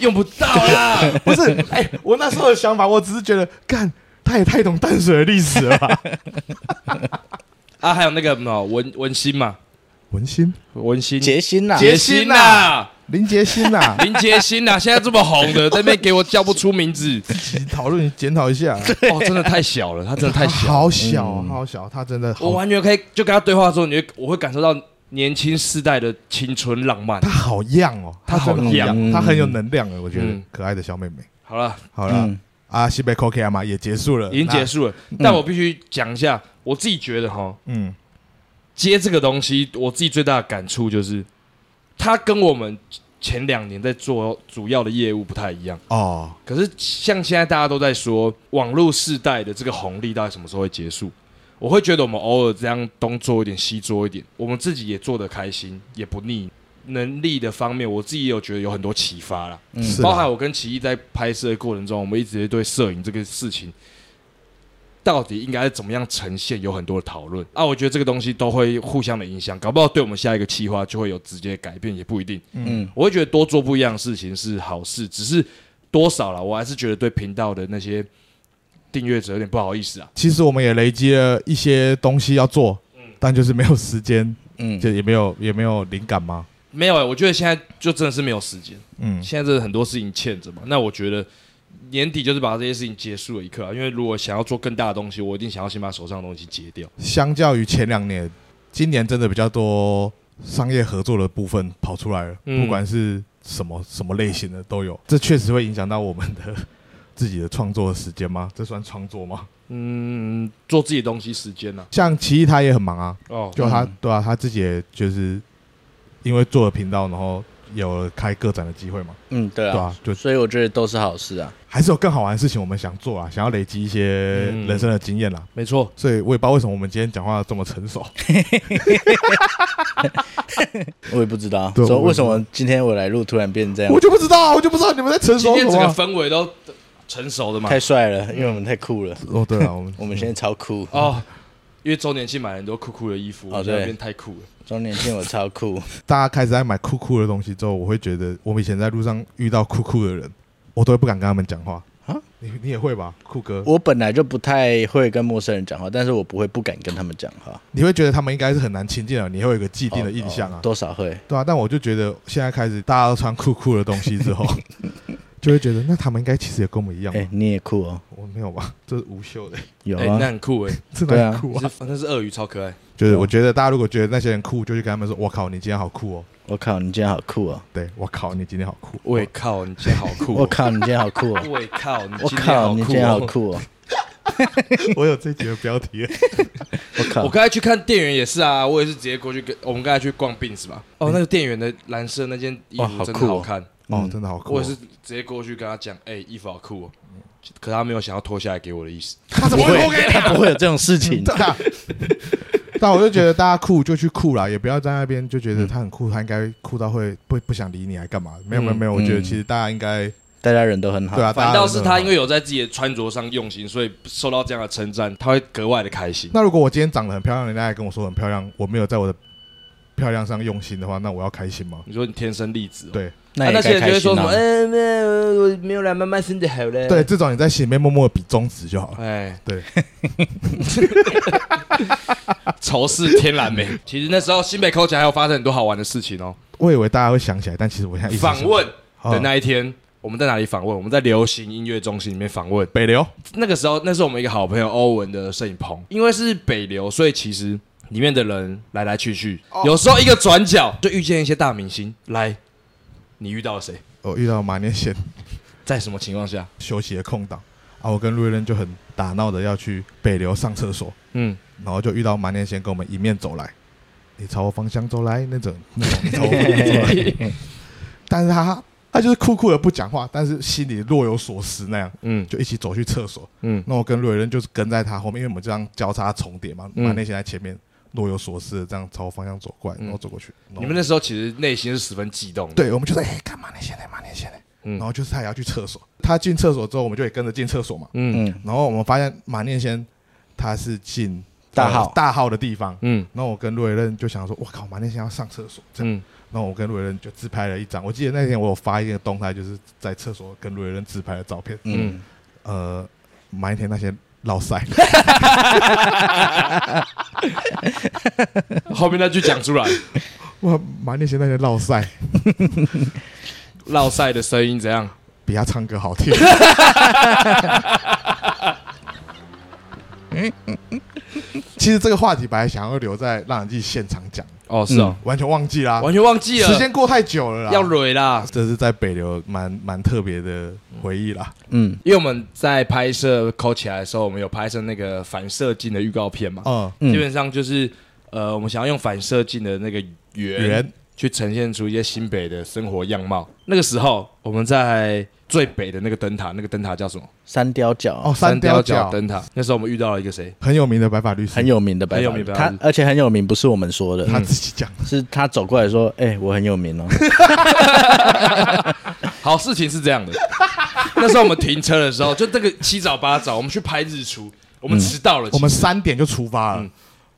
Speaker 1: 用不到啦。
Speaker 2: 不是， (laughs) 哎、我那时候的想法，我只是觉得，干，他也太懂淡水的历史了吧？
Speaker 1: 啊，还有那个什么文文心嘛，
Speaker 2: 文心，
Speaker 1: 文心
Speaker 3: 杰心啊呐、
Speaker 1: 杰心啊呐，
Speaker 2: 林杰心呐、
Speaker 1: 林杰心啊呐，现在这么红 (laughs) 的，在那边给我叫不出名字，
Speaker 2: 你讨论检讨一下，
Speaker 1: (laughs) 哦，真的太小了，他真的 (laughs) 太小了。
Speaker 2: 他
Speaker 1: 嗯
Speaker 2: 好小啊，好小，他真的
Speaker 1: 我
Speaker 2: 好，
Speaker 1: 完全可以就跟他对话的时候，你会我会感受到年轻世代的青春浪漫
Speaker 2: 他。好样哦，
Speaker 1: 他
Speaker 2: 真的
Speaker 1: 好样
Speaker 3: 嗯
Speaker 2: 他很有能量的，我觉得
Speaker 1: 嗯
Speaker 2: 可爱的小妹妹。
Speaker 1: 好了，
Speaker 2: 好了
Speaker 3: 嗯，
Speaker 2: 啊，西北 Coke 嘛也结束了，
Speaker 1: 已经结
Speaker 2: 那，
Speaker 1: 束了，但我必须讲一下，我自己觉得哈，
Speaker 2: 嗯，
Speaker 1: 接这个东西，我自己最大的感触就是，它跟我们前两年在做主要的业务不太一样。
Speaker 2: 哦，
Speaker 1: 可是像现在大家都在说，网络世代的这个红利到底什么时候会结束？我会觉得我们偶尔这样东做一点，西做一点，我们自己也做得开心，也不腻。能力的方面，我自己也有觉得有很多启发啦。
Speaker 3: 嗯
Speaker 2: 是啊
Speaker 1: 包含我跟奇艺在拍摄的过程中，我们一直对摄影这个事情到底应该怎么样呈现有很多的讨论啊。我觉得这个东西都会互相的影响，搞不好对我们下一个企划就会有直接改变，也不一定。
Speaker 3: 嗯，
Speaker 1: 我会觉得多做不一样的事情是好事，只是多少了，我还是觉得对频道的那些订阅者有点不好意思啊。
Speaker 2: 其实我们也累积了一些东西要做，
Speaker 1: 嗯
Speaker 2: 但就是没有时间，
Speaker 3: 嗯
Speaker 2: 就也没有也没有灵感吗？
Speaker 1: 没有、欸，我觉得现在就真的是没有时间，
Speaker 2: 嗯，
Speaker 1: 现在真的很多事情欠着嘛。那我觉得年底就是把这些事情结束了一刻啊，因为如果想要做更大的东西，我一定想要先把手上的东西结掉。
Speaker 2: 相较于前两年，今年真的比较多商业合作的部分跑出来了，
Speaker 1: 嗯
Speaker 2: 不管是什么什么类型的都有，这确实会影响到我们的自己的创作时间吗？这算创作吗？
Speaker 1: 嗯，做自己的东西时间啊呢、
Speaker 2: 像奇艺他也很忙啊，
Speaker 1: 哦，
Speaker 2: 就他、
Speaker 3: 嗯
Speaker 2: 对啊，他自己也就是因为做了频道，然后有了开个展的机会嘛，
Speaker 3: 嗯，对
Speaker 2: 对
Speaker 3: 啊，
Speaker 2: 啊，就
Speaker 3: 所以我觉得都是好事啊。
Speaker 2: 还是有更好玩的事情我们想做啊，想要累积一些
Speaker 1: 嗯
Speaker 2: 人生的经验啦。
Speaker 1: 没错，
Speaker 2: 所以我也不知道为什么我们今天讲话这么成
Speaker 1: (laughs)
Speaker 2: 熟，
Speaker 3: 我也不知道，啊
Speaker 2: 对
Speaker 3: 说
Speaker 2: 我也不
Speaker 3: 为
Speaker 2: 知
Speaker 3: 什
Speaker 2: 道
Speaker 3: 么今天我来录突然变这样
Speaker 2: 我，就不知道啊，我就不知道你们在成
Speaker 1: 今
Speaker 2: 熟
Speaker 1: 天
Speaker 2: 什
Speaker 1: 整个
Speaker 2: 么啊。
Speaker 1: 氛围都成熟的嘛。
Speaker 3: 太帅了，因为我们太酷了，
Speaker 2: 哦，对了，
Speaker 1: (laughs)
Speaker 2: 我们
Speaker 3: 我们现在超酷，
Speaker 1: 哦，因为周年庆买了很多酷酷的衣服，
Speaker 3: 哦
Speaker 1: 我觉得
Speaker 3: 对
Speaker 1: 变太酷了。
Speaker 3: 周年庆我超酷，
Speaker 2: 大家开始在买酷酷的东西之后，我会觉得我们以前在路上遇到酷酷的人，我都会不敢跟他们讲话
Speaker 3: 啊。
Speaker 2: 你你也会吧，酷哥？
Speaker 3: 我本来就不太会跟陌生人讲话，但是我不会不敢跟他们讲话，
Speaker 2: 你会觉得他们应该是很难亲近的，你会有一个既定的印象
Speaker 3: 哦
Speaker 2: 啊
Speaker 3: 哦。多少会，
Speaker 2: 对啊，但我就觉得现在开始大家都穿酷酷的东西之 (laughs) 后，就会觉得那他们应该其实也跟我们一样吧。
Speaker 3: 哎，你也酷哦，
Speaker 2: 我没有吧？ (laughs) 这是无袖的，
Speaker 3: 有
Speaker 1: 哎、那
Speaker 3: 啊，
Speaker 1: 很酷哎、
Speaker 3: (laughs)
Speaker 2: 这
Speaker 3: 对啊
Speaker 2: 哪里酷啊？
Speaker 1: 是那是鳄鱼，超可
Speaker 3: (laughs)
Speaker 1: 爱。
Speaker 2: 就是我觉得大家如果觉得那些人酷，就去跟他们说：“我靠，你今天好酷哦！”
Speaker 3: 我靠，你今天好酷哦，
Speaker 2: 对，我靠，你今天好 (laughs) 酷。哦
Speaker 1: 喂靠，你今天好酷、
Speaker 3: 我！靠，你今天好酷哦，
Speaker 1: 喂靠，你
Speaker 3: 我
Speaker 1: 今天好酷、
Speaker 3: 靠，你今天好！酷哦，
Speaker 2: 我有这集的标题了，
Speaker 3: 我
Speaker 1: 我
Speaker 3: 靠，
Speaker 1: 刚才去看店员也是啊，我也是直接过去跟我们刚才去逛 Bins 吧。哦，那个店员的蓝色那件衣
Speaker 3: 嗯哇
Speaker 1: 服
Speaker 3: 好酷
Speaker 1: 真的
Speaker 3: 哦
Speaker 1: 好看，
Speaker 2: 哦，真的好酷哦。
Speaker 1: 我也是直接过去跟他讲，哎、衣服好酷哦。可他没有想要脱下来给我的意思。
Speaker 2: 他怎么
Speaker 3: 不
Speaker 2: 会
Speaker 3: 会
Speaker 2: 脱给你？，
Speaker 3: 不会有这种
Speaker 1: (laughs)
Speaker 3: 事情，
Speaker 1: 嗯啊
Speaker 2: 大。但我就觉得大家酷就去酷啦，也不要在那边就觉
Speaker 1: 嗯
Speaker 2: 得他很酷，他应该酷到会不不想理你，啊还干嘛？没有
Speaker 1: 嗯
Speaker 2: 没有没有，我觉得其实大家应该
Speaker 3: 大家人都很好
Speaker 2: 对，啊，大家
Speaker 1: 反倒是他因
Speaker 2: 为
Speaker 1: 为有在自己的穿着上用心，所以受到这样的称赞，他会格外的开心。
Speaker 2: 那如果我今天长得很漂亮，人家还跟我说很漂亮，我没有在我的漂亮上用心的话，那我要开心吗？
Speaker 1: 你说你天生丽质、哦，
Speaker 2: 对
Speaker 3: 那
Speaker 1: 啊
Speaker 3: 也
Speaker 1: 那些
Speaker 3: 该
Speaker 1: 人就
Speaker 3: 开
Speaker 1: 会说什
Speaker 3: 心
Speaker 1: 么？
Speaker 3: 啊，
Speaker 1: 哎，没有，我没有啦，妈妈生的好嘞。
Speaker 2: 对，，这种你在心里面默默的比中指就好了。
Speaker 1: 哎，
Speaker 2: 对，
Speaker 1: 仇视天然美。其实那时候新北扣起来还有发生很多好玩的事情哦。
Speaker 2: 我以为大家会想起来，但其实我现在一直
Speaker 1: 访问
Speaker 2: 想
Speaker 1: 的
Speaker 2: 哦
Speaker 1: 那一天，我们在哪里访问？我们在流行音乐中心里面访问。
Speaker 2: 北流，
Speaker 1: 那个时候，那是我们一个好朋友欧文的摄影棚，因为是北流，所以其实里面的人来来去去，有时候一个转角就遇见一些大明星。来，你遇到了谁？
Speaker 2: 我哦遇到马念先
Speaker 1: 在什么情况下？
Speaker 2: 休息的空档啊，我跟陆瑞恩就很打闹的要去北流上厕所，
Speaker 1: (laughs) 嗯，
Speaker 2: 然后就遇到马念先跟我们迎面走来，你朝我方向走来那种那种，你朝我方向走来，
Speaker 1: 嗯
Speaker 2: (laughs) 但是他他就是酷酷的不讲话，但是心里若有所思那样，
Speaker 1: (laughs) 嗯
Speaker 2: 就一起走去厕所。
Speaker 1: 嗯，
Speaker 2: 那我跟瑞恩就是跟在他后面，因为我们这样交叉重叠嘛，
Speaker 1: 嗯
Speaker 2: 马念先在前面若有所思的这样朝我方向走过来，然后走过去。然后
Speaker 1: 你们那时候其实内心是十分激动的。
Speaker 2: 对，我们就在哎干嘛呢？现在马念先呢？
Speaker 1: 嗯
Speaker 2: 然后就是他也要去厕所，他进厕所之后，我们就也跟着进厕所嘛。
Speaker 1: 嗯
Speaker 3: 嗯，
Speaker 2: 然后我们发现马念先他是进呃
Speaker 3: 大号
Speaker 2: 大号的地方，
Speaker 1: 嗯
Speaker 2: 然后我跟陆伟任就想说，我靠，马念先要上厕所，这样。
Speaker 1: 嗯，
Speaker 2: 然后我跟陆伟任就自拍了一张，我记得那天我有发一个动态，就是在厕所跟陆伟任自拍的照片。
Speaker 3: 嗯，
Speaker 2: 呃，马念天那些老塞， (laughs)
Speaker 1: 后面那句讲出来，
Speaker 2: 哇，马念先那些老塞
Speaker 1: (laughs) 绕赛的声音怎样？
Speaker 2: 比他唱歌好
Speaker 3: (laughs)
Speaker 2: 听。其实这个话题本来想要留在让人记现场讲，
Speaker 1: 哦，是哦，
Speaker 2: 完全忘记啦，
Speaker 1: 完全忘记了，
Speaker 2: 时间过太久了啦。
Speaker 1: 要蕊啦。
Speaker 2: 这是在北流蛮蛮特别的回忆啦。
Speaker 3: 嗯，
Speaker 1: 因为我们在拍摄抠起来的时候，我们有拍摄那个反射镜的预告片嘛，
Speaker 2: 嗯，
Speaker 3: 嗯
Speaker 1: 基本上就是呃，我们想要用反射镜的那个圆
Speaker 2: 圆
Speaker 1: 去呈现出一些新北的生活样貌。那个时候我们在最北的那个灯塔，那个灯塔叫什么？
Speaker 3: 三雕角
Speaker 2: 哦，
Speaker 1: 三
Speaker 2: 三雕
Speaker 1: 角
Speaker 2: 角
Speaker 1: 灯塔。那时候我们遇到了一个谁？
Speaker 2: 很有名的白发律师，
Speaker 3: 很有名的白
Speaker 1: 很有
Speaker 3: 发
Speaker 1: 名
Speaker 3: 律
Speaker 1: 白嗯
Speaker 3: 师，
Speaker 1: 发律
Speaker 3: 他
Speaker 1: 师
Speaker 3: 而且很有名，不是我们说的，
Speaker 2: 他自己讲，
Speaker 3: 是他走过来说：“哎、我很
Speaker 1: (laughs)
Speaker 3: 有名哦。
Speaker 1: 好，事情是这 (laughs) 样的，那时候我们停车的时候，就这个七早八早，我们去拍日出，嗯我们迟到了，
Speaker 2: 我们三点就出发了，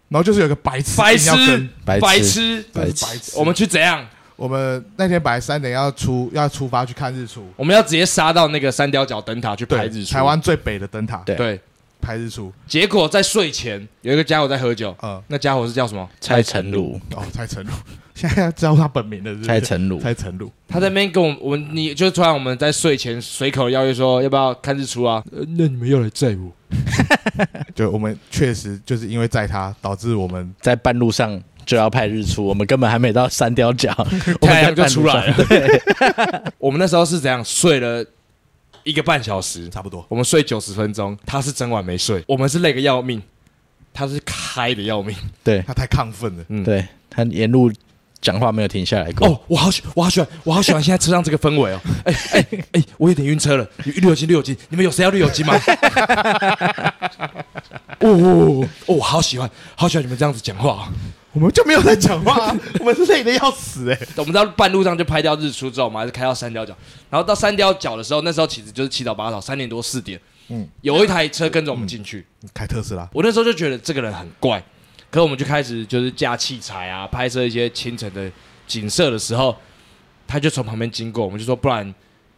Speaker 2: 然后就是有个白痴，
Speaker 1: 白
Speaker 2: 一定要
Speaker 1: 痴
Speaker 2: 跟，
Speaker 3: 白痴
Speaker 1: 白痴，
Speaker 2: 真的是白痴。
Speaker 1: 我们去怎样？
Speaker 2: 我们那天本来三点要出要出发去看日出，
Speaker 1: 我们要直接杀到那个三雕角灯塔去拍日出。
Speaker 2: 台湾最北的灯塔，
Speaker 3: 对
Speaker 1: 对，
Speaker 2: 拍日出，
Speaker 1: 结果在睡前有一个家伙在喝酒，
Speaker 2: 嗯
Speaker 1: 那家伙是叫什么？”
Speaker 3: 蔡成儒，
Speaker 2: 哦，蔡成儒， (laughs) 现在要知道他本名了，是不是
Speaker 3: 蔡成儒，
Speaker 2: 蔡成儒，
Speaker 1: 他在那边跟我们，我们你就突然我们在睡前随口邀约说要不要看日出啊？呃那你们要来载我？
Speaker 2: (laughs) 就我们确实就是因为在他导致我们
Speaker 3: 在半路上就要拍日出，我们根本还没到三雕
Speaker 1: (laughs)
Speaker 3: 角，我们
Speaker 1: 太阳就
Speaker 3: 在半路上
Speaker 1: 出来了
Speaker 3: (laughs) 对，
Speaker 1: 我们那时候是怎样睡了一个半小时，
Speaker 2: 差不多，
Speaker 1: 我们睡九十分钟，他是整晚没睡，我们是累个要命，他是嗨的要命。
Speaker 3: 对
Speaker 2: 他太亢奋了，
Speaker 3: 对，他沿路讲话没有停下来过。
Speaker 1: 嗯哦，我好喜，我好喜欢，我好喜欢现在车上这个氛围哦。哎哎哎，我有点晕车了，有绿油精，绿油精，你们有谁要绿油精吗？哦哦哦，我好喜欢，好喜欢你们这样子讲话、哦。
Speaker 2: 我们就没有在讲话
Speaker 3: (laughs)
Speaker 2: 啊，我们是累的要死哎，
Speaker 1: 我们到半路上就拍掉日出之后，我们还是开到三貂角，然后到三貂角的时候，那时候其实就是七早八早，三点多四点，嗯
Speaker 2: 嗯，
Speaker 1: 有一台车跟着我们进去，
Speaker 2: 开特斯拉，
Speaker 1: 我那时候就觉得这个人很怪，可我们就开始就是架器材啊，拍摄一些清晨的景色的时候，他就从旁边经过，我们就说不然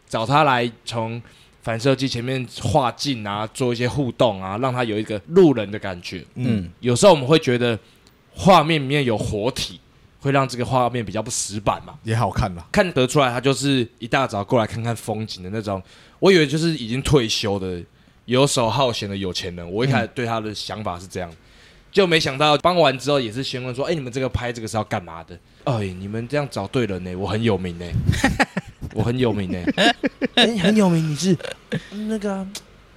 Speaker 1: 找他来从反射机前面画近啊，做一些互动啊，让他有一个路人的感觉。
Speaker 3: 嗯，
Speaker 1: 有时候我们会觉得画面里面有活体，会让这个画面比较不死板嘛。
Speaker 2: 也好看啦。
Speaker 1: 看得出来，他就是一大早过来看看风景的那种。我以为就是已经退休的游手好闲的有钱人，我一开始对他的想法是这样，就没想到帮完之后也是询问说：“哎、你们这个拍这个是要干嘛的？”哎，你们这样找对人呢、我很有
Speaker 3: (laughs)
Speaker 1: 名呢、我很有名呢、哎、很有名，你是
Speaker 3: 嗯
Speaker 1: 那个啊、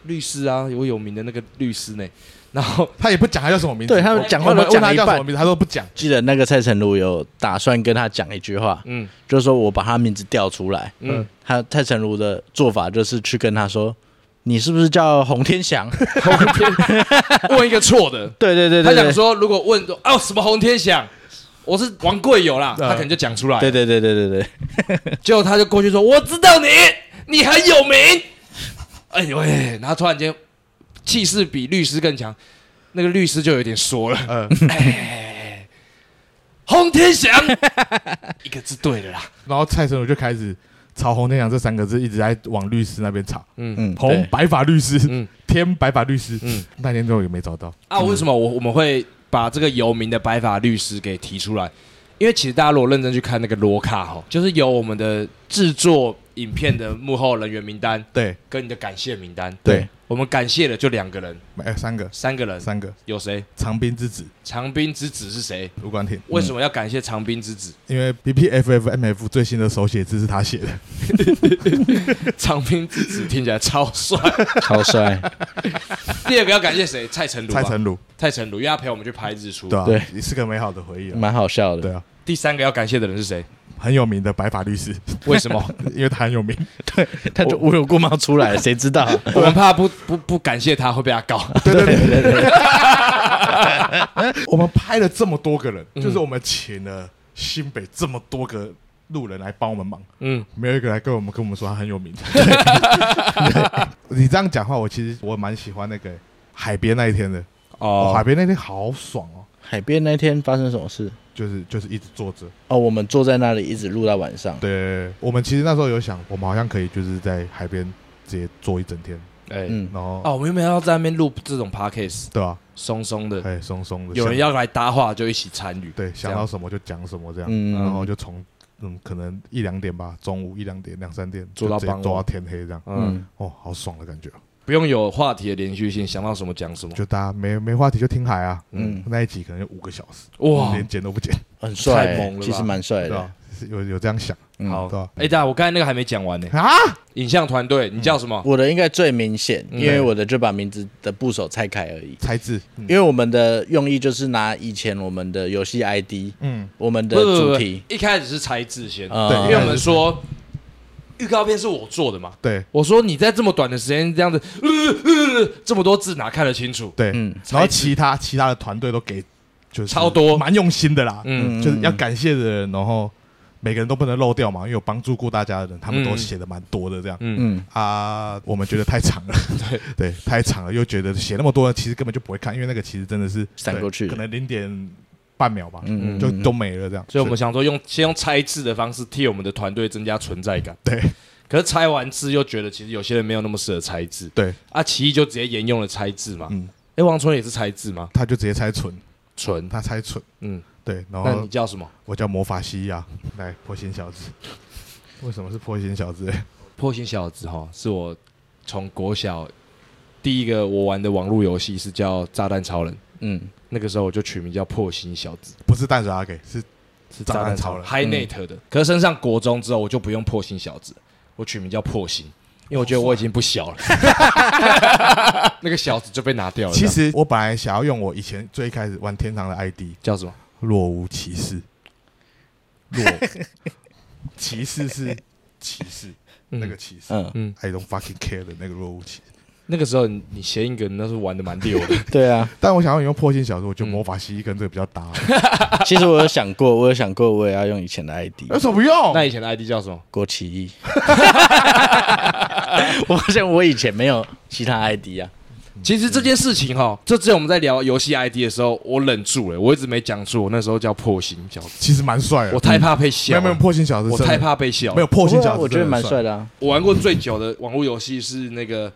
Speaker 1: 律师啊，我有名的那个律师呢、然后
Speaker 2: 他也不讲他叫什么名字，
Speaker 3: 对他讲话
Speaker 2: 我们
Speaker 3: 都
Speaker 2: 问
Speaker 3: 讲
Speaker 2: 他
Speaker 3: 一
Speaker 2: 叫什
Speaker 3: 半
Speaker 2: 么名字，他都不讲。
Speaker 3: 记得那个蔡成儒有打算跟他讲一句话，
Speaker 1: 嗯
Speaker 3: 就是说我把他名字调出来。
Speaker 1: 嗯，
Speaker 3: 他蔡成儒的做法就是去跟他说：“你是不是叫洪天祥
Speaker 1: 洪天问一个错的，？”
Speaker 3: 对对 (laughs) 对
Speaker 1: 他
Speaker 3: 对，
Speaker 1: 想
Speaker 3: 对，
Speaker 1: 说，如果问说哦什么洪天祥，我是王贵友
Speaker 3: 啊
Speaker 1: 啦，
Speaker 2: 嗯
Speaker 1: 他可能就讲出来。
Speaker 3: 对，对对对对对，
Speaker 1: 结果他就过去说，我知道你，你很有名。哎呦喂，然后突然间气势比律师更强，那个律师就有点说了，
Speaker 2: 呃，
Speaker 1: 哎，洪天祥一个字对了啦，
Speaker 2: 然后蔡成儒就开始朝“洪天祥”这三个字一直在往律师那边吵，
Speaker 1: 嗯。
Speaker 3: 嗯，
Speaker 2: 洪
Speaker 3: 对
Speaker 2: 白发律师，
Speaker 1: 嗯
Speaker 2: 天白发律师，
Speaker 1: 嗯
Speaker 2: 嗯，那天最后也没找到，
Speaker 1: 啊，为什么我我们会把这个有名的白发律师给提出来？因为其实大家如果认真去看那个罗卡哈，就是由我们的制作影片的幕后人员名单
Speaker 2: 对，
Speaker 1: 跟你的感谢名单，
Speaker 3: 对，
Speaker 1: 我们感谢的就两个人、
Speaker 2: 哎，三个，
Speaker 1: 三个人，
Speaker 2: 三个
Speaker 1: 有谁？
Speaker 2: 长兵之子
Speaker 1: 长兵之子是谁？
Speaker 2: 卢冠廷，
Speaker 1: 为什么要感谢长兵之子？ (laughs)
Speaker 2: 因为 B P F F M F 最新的手写字是他写的，
Speaker 1: 长兵之子听起来超
Speaker 2: (laughs)
Speaker 1: 帅。
Speaker 3: 超帅，
Speaker 1: 第二个要感谢谁？蔡成儒吧。啊
Speaker 2: 蔡成儒，
Speaker 1: 蔡成儒，因为他陪我们去拍日出。
Speaker 2: 对啊，
Speaker 3: 对嗯
Speaker 2: 也是个美好的回忆啊，
Speaker 3: (laughs) 蛮好笑的
Speaker 2: 对。啊，
Speaker 1: 第三个要感谢的人是
Speaker 2: (laughs)
Speaker 1: 谁？
Speaker 2: 很有名的白发律师， (laughs)
Speaker 1: 为什么？
Speaker 2: 因为他很有名，
Speaker 3: 他就无有过帽出来，谁知道？
Speaker 1: 我们怕不不不感谢他会被他
Speaker 2: (laughs)
Speaker 1: 告。
Speaker 2: 对对对对对，我们拍了这么多个人，就是我们请了新北这么多个路人来帮我们忙。
Speaker 1: 嗯，
Speaker 2: 没有一个来跟我们跟我们说他很有 (laughs) 名。你这样讲话，我其实我蛮喜欢那个海边那一天的。哦，海边那天好爽哦，
Speaker 3: (laughs) 海边那天发生什么事？
Speaker 2: 就是就是一直坐着。
Speaker 3: 哦，我们坐在那里一直录到晚上。
Speaker 2: 对，我们其实那时候有想，我们好像可以就是在海边直接坐一整天，
Speaker 1: 哎，
Speaker 3: 嗯，
Speaker 2: 然后、
Speaker 1: 哦，我们有没有要在那边录这种 podcast，
Speaker 2: 对啊，
Speaker 1: 松松的，
Speaker 2: 哎，松松的，
Speaker 1: 有人
Speaker 2: 想
Speaker 1: 要来搭话就一起参与。
Speaker 2: 对想到什么就讲什么这样，
Speaker 3: 嗯
Speaker 2: 然后就从嗯可能一两点吧，中午一两点两三点
Speaker 1: 坐到
Speaker 2: 就直接
Speaker 1: 傍晚
Speaker 2: 坐到天黑这样，
Speaker 1: 嗯，
Speaker 3: 嗯，
Speaker 2: 哦，好爽的感觉哦，
Speaker 1: 不用有话题的连续性，想到什么讲什么。
Speaker 2: 就大家没没话题就听海啊，
Speaker 3: 嗯
Speaker 2: 那一集可能就五个小时，
Speaker 1: 哇，哎
Speaker 2: 连剪都不剪。
Speaker 3: 很帅
Speaker 1: 太
Speaker 3: 欸、
Speaker 1: 猛了吧
Speaker 3: 其实蛮帅
Speaker 2: 对啊
Speaker 3: 的。，
Speaker 2: 有有这样想
Speaker 3: 嗯
Speaker 1: 好
Speaker 2: 对啊，
Speaker 1: 哎，大家，我刚才那个还没讲
Speaker 2: (laughs)
Speaker 1: 完呢。
Speaker 2: 啊？
Speaker 1: 影像团队，你叫什么？
Speaker 3: 我的应该最明显，
Speaker 1: 嗯
Speaker 3: 因为我的就把名字的部首拆开而已。
Speaker 2: 才智，嗯
Speaker 3: 因为我们的用意就是拿以前我们的游戏 ID，
Speaker 2: 嗯，
Speaker 3: 我们的
Speaker 1: 不是不
Speaker 3: 主
Speaker 1: 是，
Speaker 3: 题，
Speaker 1: 一开始是才智先，
Speaker 3: 呃
Speaker 2: 对
Speaker 1: 啊因为我们说预告片是我做的嘛。
Speaker 2: 对
Speaker 1: 我说你在这么短的时间这样子，呃呃呃这么多字哪看得清楚？
Speaker 2: 对，
Speaker 3: 嗯
Speaker 2: 然后
Speaker 1: 才智
Speaker 2: 其他其他的团队都给就是
Speaker 1: 超多
Speaker 2: 蛮用心的啦，
Speaker 1: 嗯
Speaker 2: 就是要感谢的人，然后每个人都不能漏掉嘛，因为有帮助过大家的人，他们
Speaker 1: 嗯
Speaker 2: 都写的蛮多的这样。
Speaker 1: 嗯，
Speaker 3: 嗯，
Speaker 2: 啊，我们觉得太长
Speaker 1: (laughs)
Speaker 2: 了，对 (laughs) 对，太长了，又觉得写那么多，其实根本就不会看，因为那个其实真的是
Speaker 3: 闪
Speaker 2: 对
Speaker 3: 过去
Speaker 2: 可能零点半秒吧，
Speaker 3: 嗯嗯
Speaker 2: 就
Speaker 3: 嗯
Speaker 2: 都没了这样。
Speaker 1: 所以我们想说用先用猜字的方式替我们的团队增加存在感。
Speaker 2: 对
Speaker 1: 可是猜完字又觉得其实有些人没有那么适合猜字
Speaker 2: 对，
Speaker 1: 啊，奇艺就直接沿用了猜字嘛。
Speaker 2: 嗯，
Speaker 1: 哎，王春也是猜字吗？
Speaker 2: 他就直接猜蠢，
Speaker 1: 纯，
Speaker 2: 他猜蠢，
Speaker 1: 嗯，
Speaker 2: 对，然
Speaker 1: 那你
Speaker 2: 后
Speaker 1: 叫什么？
Speaker 2: 我叫魔法西亚，来破心小子， (laughs) 为什么是破心小子？ (laughs)
Speaker 1: 破心小子哈，是我从国小第一个我玩的网络游戏是叫《炸弹超人》，
Speaker 3: 嗯，
Speaker 1: 那个时候我就取名叫破心小子，
Speaker 2: 不是蛋沙给，是
Speaker 1: 是
Speaker 2: 炸弹超人
Speaker 1: High Net 的。可是升上国中之后，我就不用破心小子，我取名叫破心，因为我觉得我已经不小了， (laughs) 那个小子就被拿掉了。
Speaker 2: 其实我本来想要用我以前最开始玩天堂的 ID
Speaker 1: 叫什么？
Speaker 2: 若无其事，
Speaker 1: (laughs)
Speaker 2: 若其事是歧视，
Speaker 1: 嗯
Speaker 2: 那个歧视。
Speaker 3: 嗯，
Speaker 2: I don't fucking care 的那个若无其事。
Speaker 1: 那个时候你你谐音梗那是玩的蛮溜的，
Speaker 3: 对
Speaker 2: (laughs)
Speaker 3: 啊，
Speaker 2: 但我想要用破镜小说，我觉得魔法蜥蜴跟这个比较搭。
Speaker 1: 嗯
Speaker 3: 其实我有想过，我有想过我也要用以前的 ID，
Speaker 2: 有什么用？
Speaker 1: (laughs) 那以前的 ID 叫什么？
Speaker 3: 郭启义。
Speaker 2: (laughs)
Speaker 3: 我发现我以前没有其他 ID
Speaker 2: (laughs)
Speaker 3: 啊，
Speaker 1: 其实这件事情哈，这之前我们在聊游戏 ID 的时候，我忍住了，我一直没讲出我那时候叫破心小子，
Speaker 2: 其实蛮帅的。
Speaker 1: 我太怕被
Speaker 2: 没
Speaker 1: 笑
Speaker 2: 有
Speaker 1: 了，
Speaker 2: 没有破镜小子，
Speaker 1: 我太怕被笑。
Speaker 2: 没有，破镜小子，
Speaker 3: 不过我觉得蛮
Speaker 2: 真的
Speaker 3: 帅
Speaker 2: 很
Speaker 3: 的啊，
Speaker 1: 我玩过最久的网络游戏是那个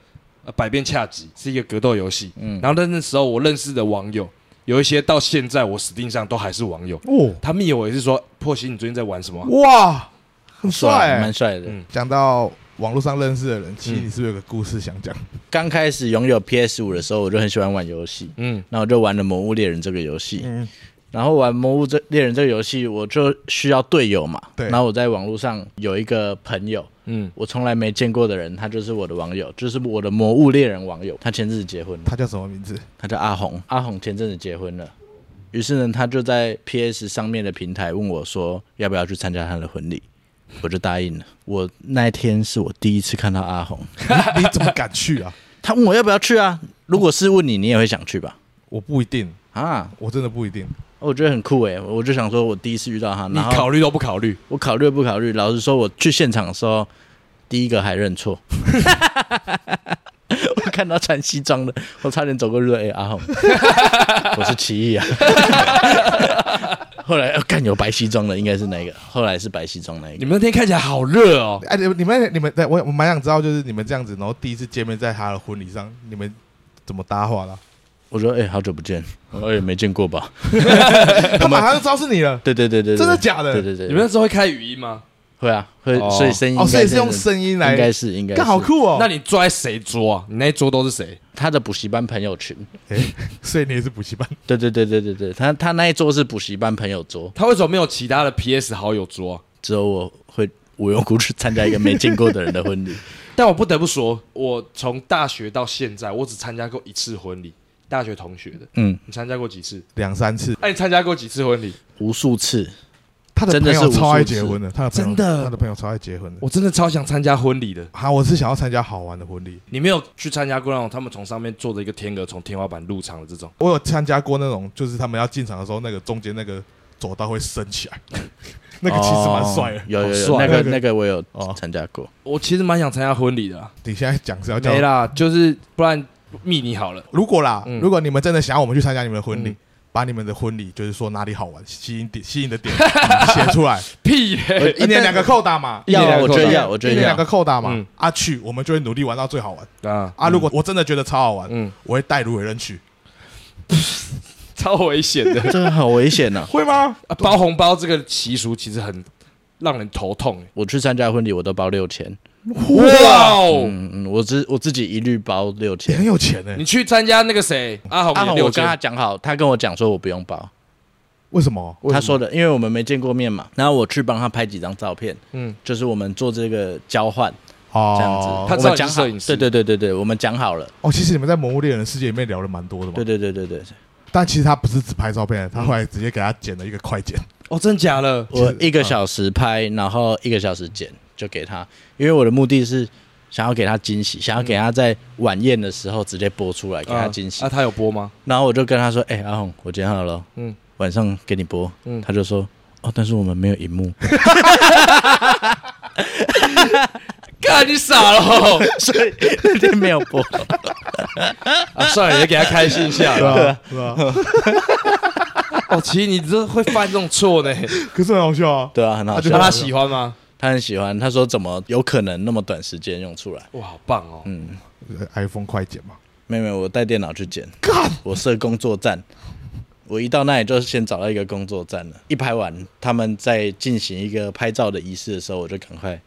Speaker 1: 呃百变恰吉，是一个格斗游戏。嗯，然后那那时候我认识的网友有一些到现在我 Steam 上都还是网友，
Speaker 2: 帅。
Speaker 1: 他密我也是说破心你最近在玩什么啊？
Speaker 2: 哦，哇，很
Speaker 3: 帅，啊
Speaker 2: 帅
Speaker 3: 蛮
Speaker 2: 欸。
Speaker 3: 帅嗯的
Speaker 1: 嗯。
Speaker 2: 讲到网络上认识的人，其实你是不是有个故事想讲？
Speaker 3: 刚开始拥有 PS 五的时候，我就很喜欢玩游戏，
Speaker 1: 嗯
Speaker 3: 那我就玩了《魔物猎人》这个游戏。
Speaker 2: 嗯，
Speaker 3: 然后玩《魔物这猎人》这个游戏，我就需要队友嘛。
Speaker 2: 对
Speaker 3: 然后我在网络上有一个朋友，
Speaker 1: 嗯，
Speaker 3: 我从来没见过的人，他就是我的网友，就是我的《魔物猎人》网友。他前阵子结婚了，
Speaker 2: 他叫什么名字？
Speaker 3: 他叫阿红。阿红前阵子结婚了，于是呢，他就在 PS 上面的平台问我说，要不要去参加他的婚礼。我就答应了。我那一天是我第一次看到阿红，
Speaker 2: 你你怎么敢去啊？
Speaker 3: 他问我要不要去啊？如果是问你，你也会想去吧？
Speaker 2: 我不一定，
Speaker 3: 啊，
Speaker 2: 我真的不一定。
Speaker 3: 我觉得很酷诶、欸我就想说，我第一次遇到他，
Speaker 1: 你
Speaker 3: 然后
Speaker 1: 考虑都不考虑，
Speaker 3: 我考虑不考虑？老实说，我去现场的时候，第一个还
Speaker 1: (laughs)
Speaker 3: 认错。我看到穿西装的，我差点走过去说：“哎、阿红，我是奇异啊。”后来，呃干、有白西装的，应该是哪一个？后来是白西装那一
Speaker 1: 你
Speaker 3: 个。
Speaker 1: 们那天看起来好热哦。
Speaker 2: 哎，你们你们你们，对我我蛮想知道，就是你们这样子，然后第一次见面在他的婚礼上，你们怎么搭话啦？
Speaker 3: 我说：“哎、好久不见，我哎也没见过吧哎
Speaker 2: 他马上就知道是你了？”。
Speaker 3: 对对对对，对
Speaker 2: 真的假的
Speaker 3: 对对对，
Speaker 1: 你们那时候会开语音吗？
Speaker 3: 会啊会，
Speaker 1: 哦
Speaker 3: 所以声音
Speaker 2: 哦，
Speaker 3: 应该
Speaker 2: 所以是用
Speaker 3: 真的
Speaker 2: 声音来，
Speaker 3: 应该是应该是
Speaker 2: 干好酷哦。
Speaker 1: 那你坐在谁桌啊？你那一桌都是谁？
Speaker 3: 他的补习班朋友群。
Speaker 2: 所以你也是补习班，
Speaker 3: 对对对对对对，他他那一桌是补习班朋友桌，
Speaker 1: 他为什么没有其他的 PS 好友桌啊、
Speaker 3: 只有我会无缘无故去参加一个没见过的人的婚礼。
Speaker 1: 但我不得不说，我从大学到现在，我只参加过一次婚礼，大学同学的。
Speaker 3: 嗯，
Speaker 1: 你参加过几次？
Speaker 2: 两三次。
Speaker 1: 哎、你参加过几次婚礼？
Speaker 3: 无数次，
Speaker 2: 他的
Speaker 3: 真
Speaker 2: 朋
Speaker 3: 的是
Speaker 2: 友
Speaker 3: 无数
Speaker 2: 超爱
Speaker 3: 次
Speaker 2: 结婚的，他的朋友
Speaker 1: 真的
Speaker 2: 他的朋友超爱结婚的。
Speaker 1: 我真的超想参加婚礼的。
Speaker 2: 好，我是想要参加好玩的婚礼。
Speaker 1: 你没有去参加过那种他们从上面做的一个天鹅从天花板入场的这种？
Speaker 2: 我有参加过那种，就是他们要进场的时候，那个中间那个走道会升起来， (laughs) 那个其实蛮帅的
Speaker 3: 哦。有有
Speaker 1: 好
Speaker 3: 有，
Speaker 1: 帅
Speaker 3: 那个
Speaker 2: 那个
Speaker 3: 那个我有
Speaker 2: 哦
Speaker 3: 参加过。
Speaker 1: 我其实蛮想参加婚礼的啦。
Speaker 2: 你现在讲是要叫
Speaker 1: 没啦，就是不然密你好了。
Speaker 2: 如果啦，
Speaker 1: 嗯
Speaker 2: 如果你们真的想要我们去参加你们的婚礼
Speaker 1: 嗯，
Speaker 2: 把你们的婚礼就是说哪里好玩，吸引点吸引的
Speaker 3: (laughs)
Speaker 2: 点写出来，
Speaker 1: 屁嘞、
Speaker 2: 呃一年两个扣打嘛，
Speaker 3: 哎要
Speaker 1: 一年两个
Speaker 3: 啊，我
Speaker 1: 扣
Speaker 3: 觉
Speaker 1: 打
Speaker 3: 得要，我觉
Speaker 2: 一
Speaker 3: 得
Speaker 2: 年两个
Speaker 3: 要。
Speaker 2: 扣打嘛
Speaker 1: 嗯，
Speaker 2: 啊去，我们就会努力玩到最好玩
Speaker 1: (laughs) 啊
Speaker 3: 嗯
Speaker 2: 啊！如果我真的觉得超好玩，
Speaker 1: 嗯，
Speaker 2: 我会带卢伟人去，
Speaker 1: 超危险的、
Speaker 3: (laughs) 这个好危险呐！
Speaker 2: 会吗？
Speaker 1: 啊包红包这个习俗其实很让人头痛、欸
Speaker 3: 我去参加婚礼，我都包六千。
Speaker 1: 哇哦！
Speaker 3: 嗯嗯，我自我自己一律包六
Speaker 2: 你 (laughs) 很
Speaker 3: 千。
Speaker 2: 有钱哎
Speaker 1: 你，去参加那个谁阿
Speaker 3: 阿
Speaker 1: 红也
Speaker 3: 红，
Speaker 1: 六
Speaker 3: 我跟他
Speaker 1: 千，
Speaker 3: 讲好，他跟我讲说我不用包，
Speaker 2: 为什么？
Speaker 1: 为什么
Speaker 3: 他说的，因为我们没见过面嘛，然后我去帮他拍几张照片，
Speaker 1: 嗯，
Speaker 3: 就是我们做这个交换
Speaker 2: 哦
Speaker 3: 这样子。
Speaker 1: 他知道你
Speaker 3: 我们
Speaker 1: 是
Speaker 3: 讲好
Speaker 1: 摄影师
Speaker 3: 对对对对对，我们讲好了，
Speaker 2: 哦，其实你们在《魔物猎人》世界里面聊了蛮多的嘛。
Speaker 3: 对嗯对对对对，
Speaker 2: 但其实他不是只拍照片，他后来直接给他剪了一个快剪。
Speaker 1: 哦，真假的？
Speaker 3: 我一个小时拍，然后一个小时剪，就给他，因为我的目的是想要给他惊喜，想要给他在晚宴的时候直接播出来给他惊
Speaker 1: 嗯
Speaker 3: 喜
Speaker 1: 啊，。他有播吗？
Speaker 3: 然后我就跟他说：“哎、阿红，我剪好了哦，
Speaker 1: 嗯
Speaker 3: 晚上给你播。”
Speaker 1: 嗯
Speaker 3: 他就说：“哦，但是我们没有
Speaker 1: (laughs)
Speaker 3: 荧幕。
Speaker 1: 干，你傻了！”
Speaker 3: (laughs) 那天没有播，
Speaker 1: 啊，算了，也给他开心一下
Speaker 2: 对
Speaker 1: 啦。
Speaker 2: 啊，对啊，
Speaker 1: (laughs) 哦，其实你这会犯这种错呢，
Speaker 2: 可是很好笑啊。
Speaker 3: 对啊，很好
Speaker 2: 他就
Speaker 3: 笑。
Speaker 1: 那他
Speaker 3: 他
Speaker 1: 喜欢吗？
Speaker 3: 他很喜欢，他说：“怎么有可能那么短时间用出来
Speaker 1: 哇，好棒哦！？”
Speaker 3: 嗯，
Speaker 2: 呃 iPhone 快剪嘛，
Speaker 3: 妹妹，我带电脑去剪，我设工作站。我一到那里就先找到一个工作站了，一拍完，他们在进行一个拍照的仪式的时候，我就赶快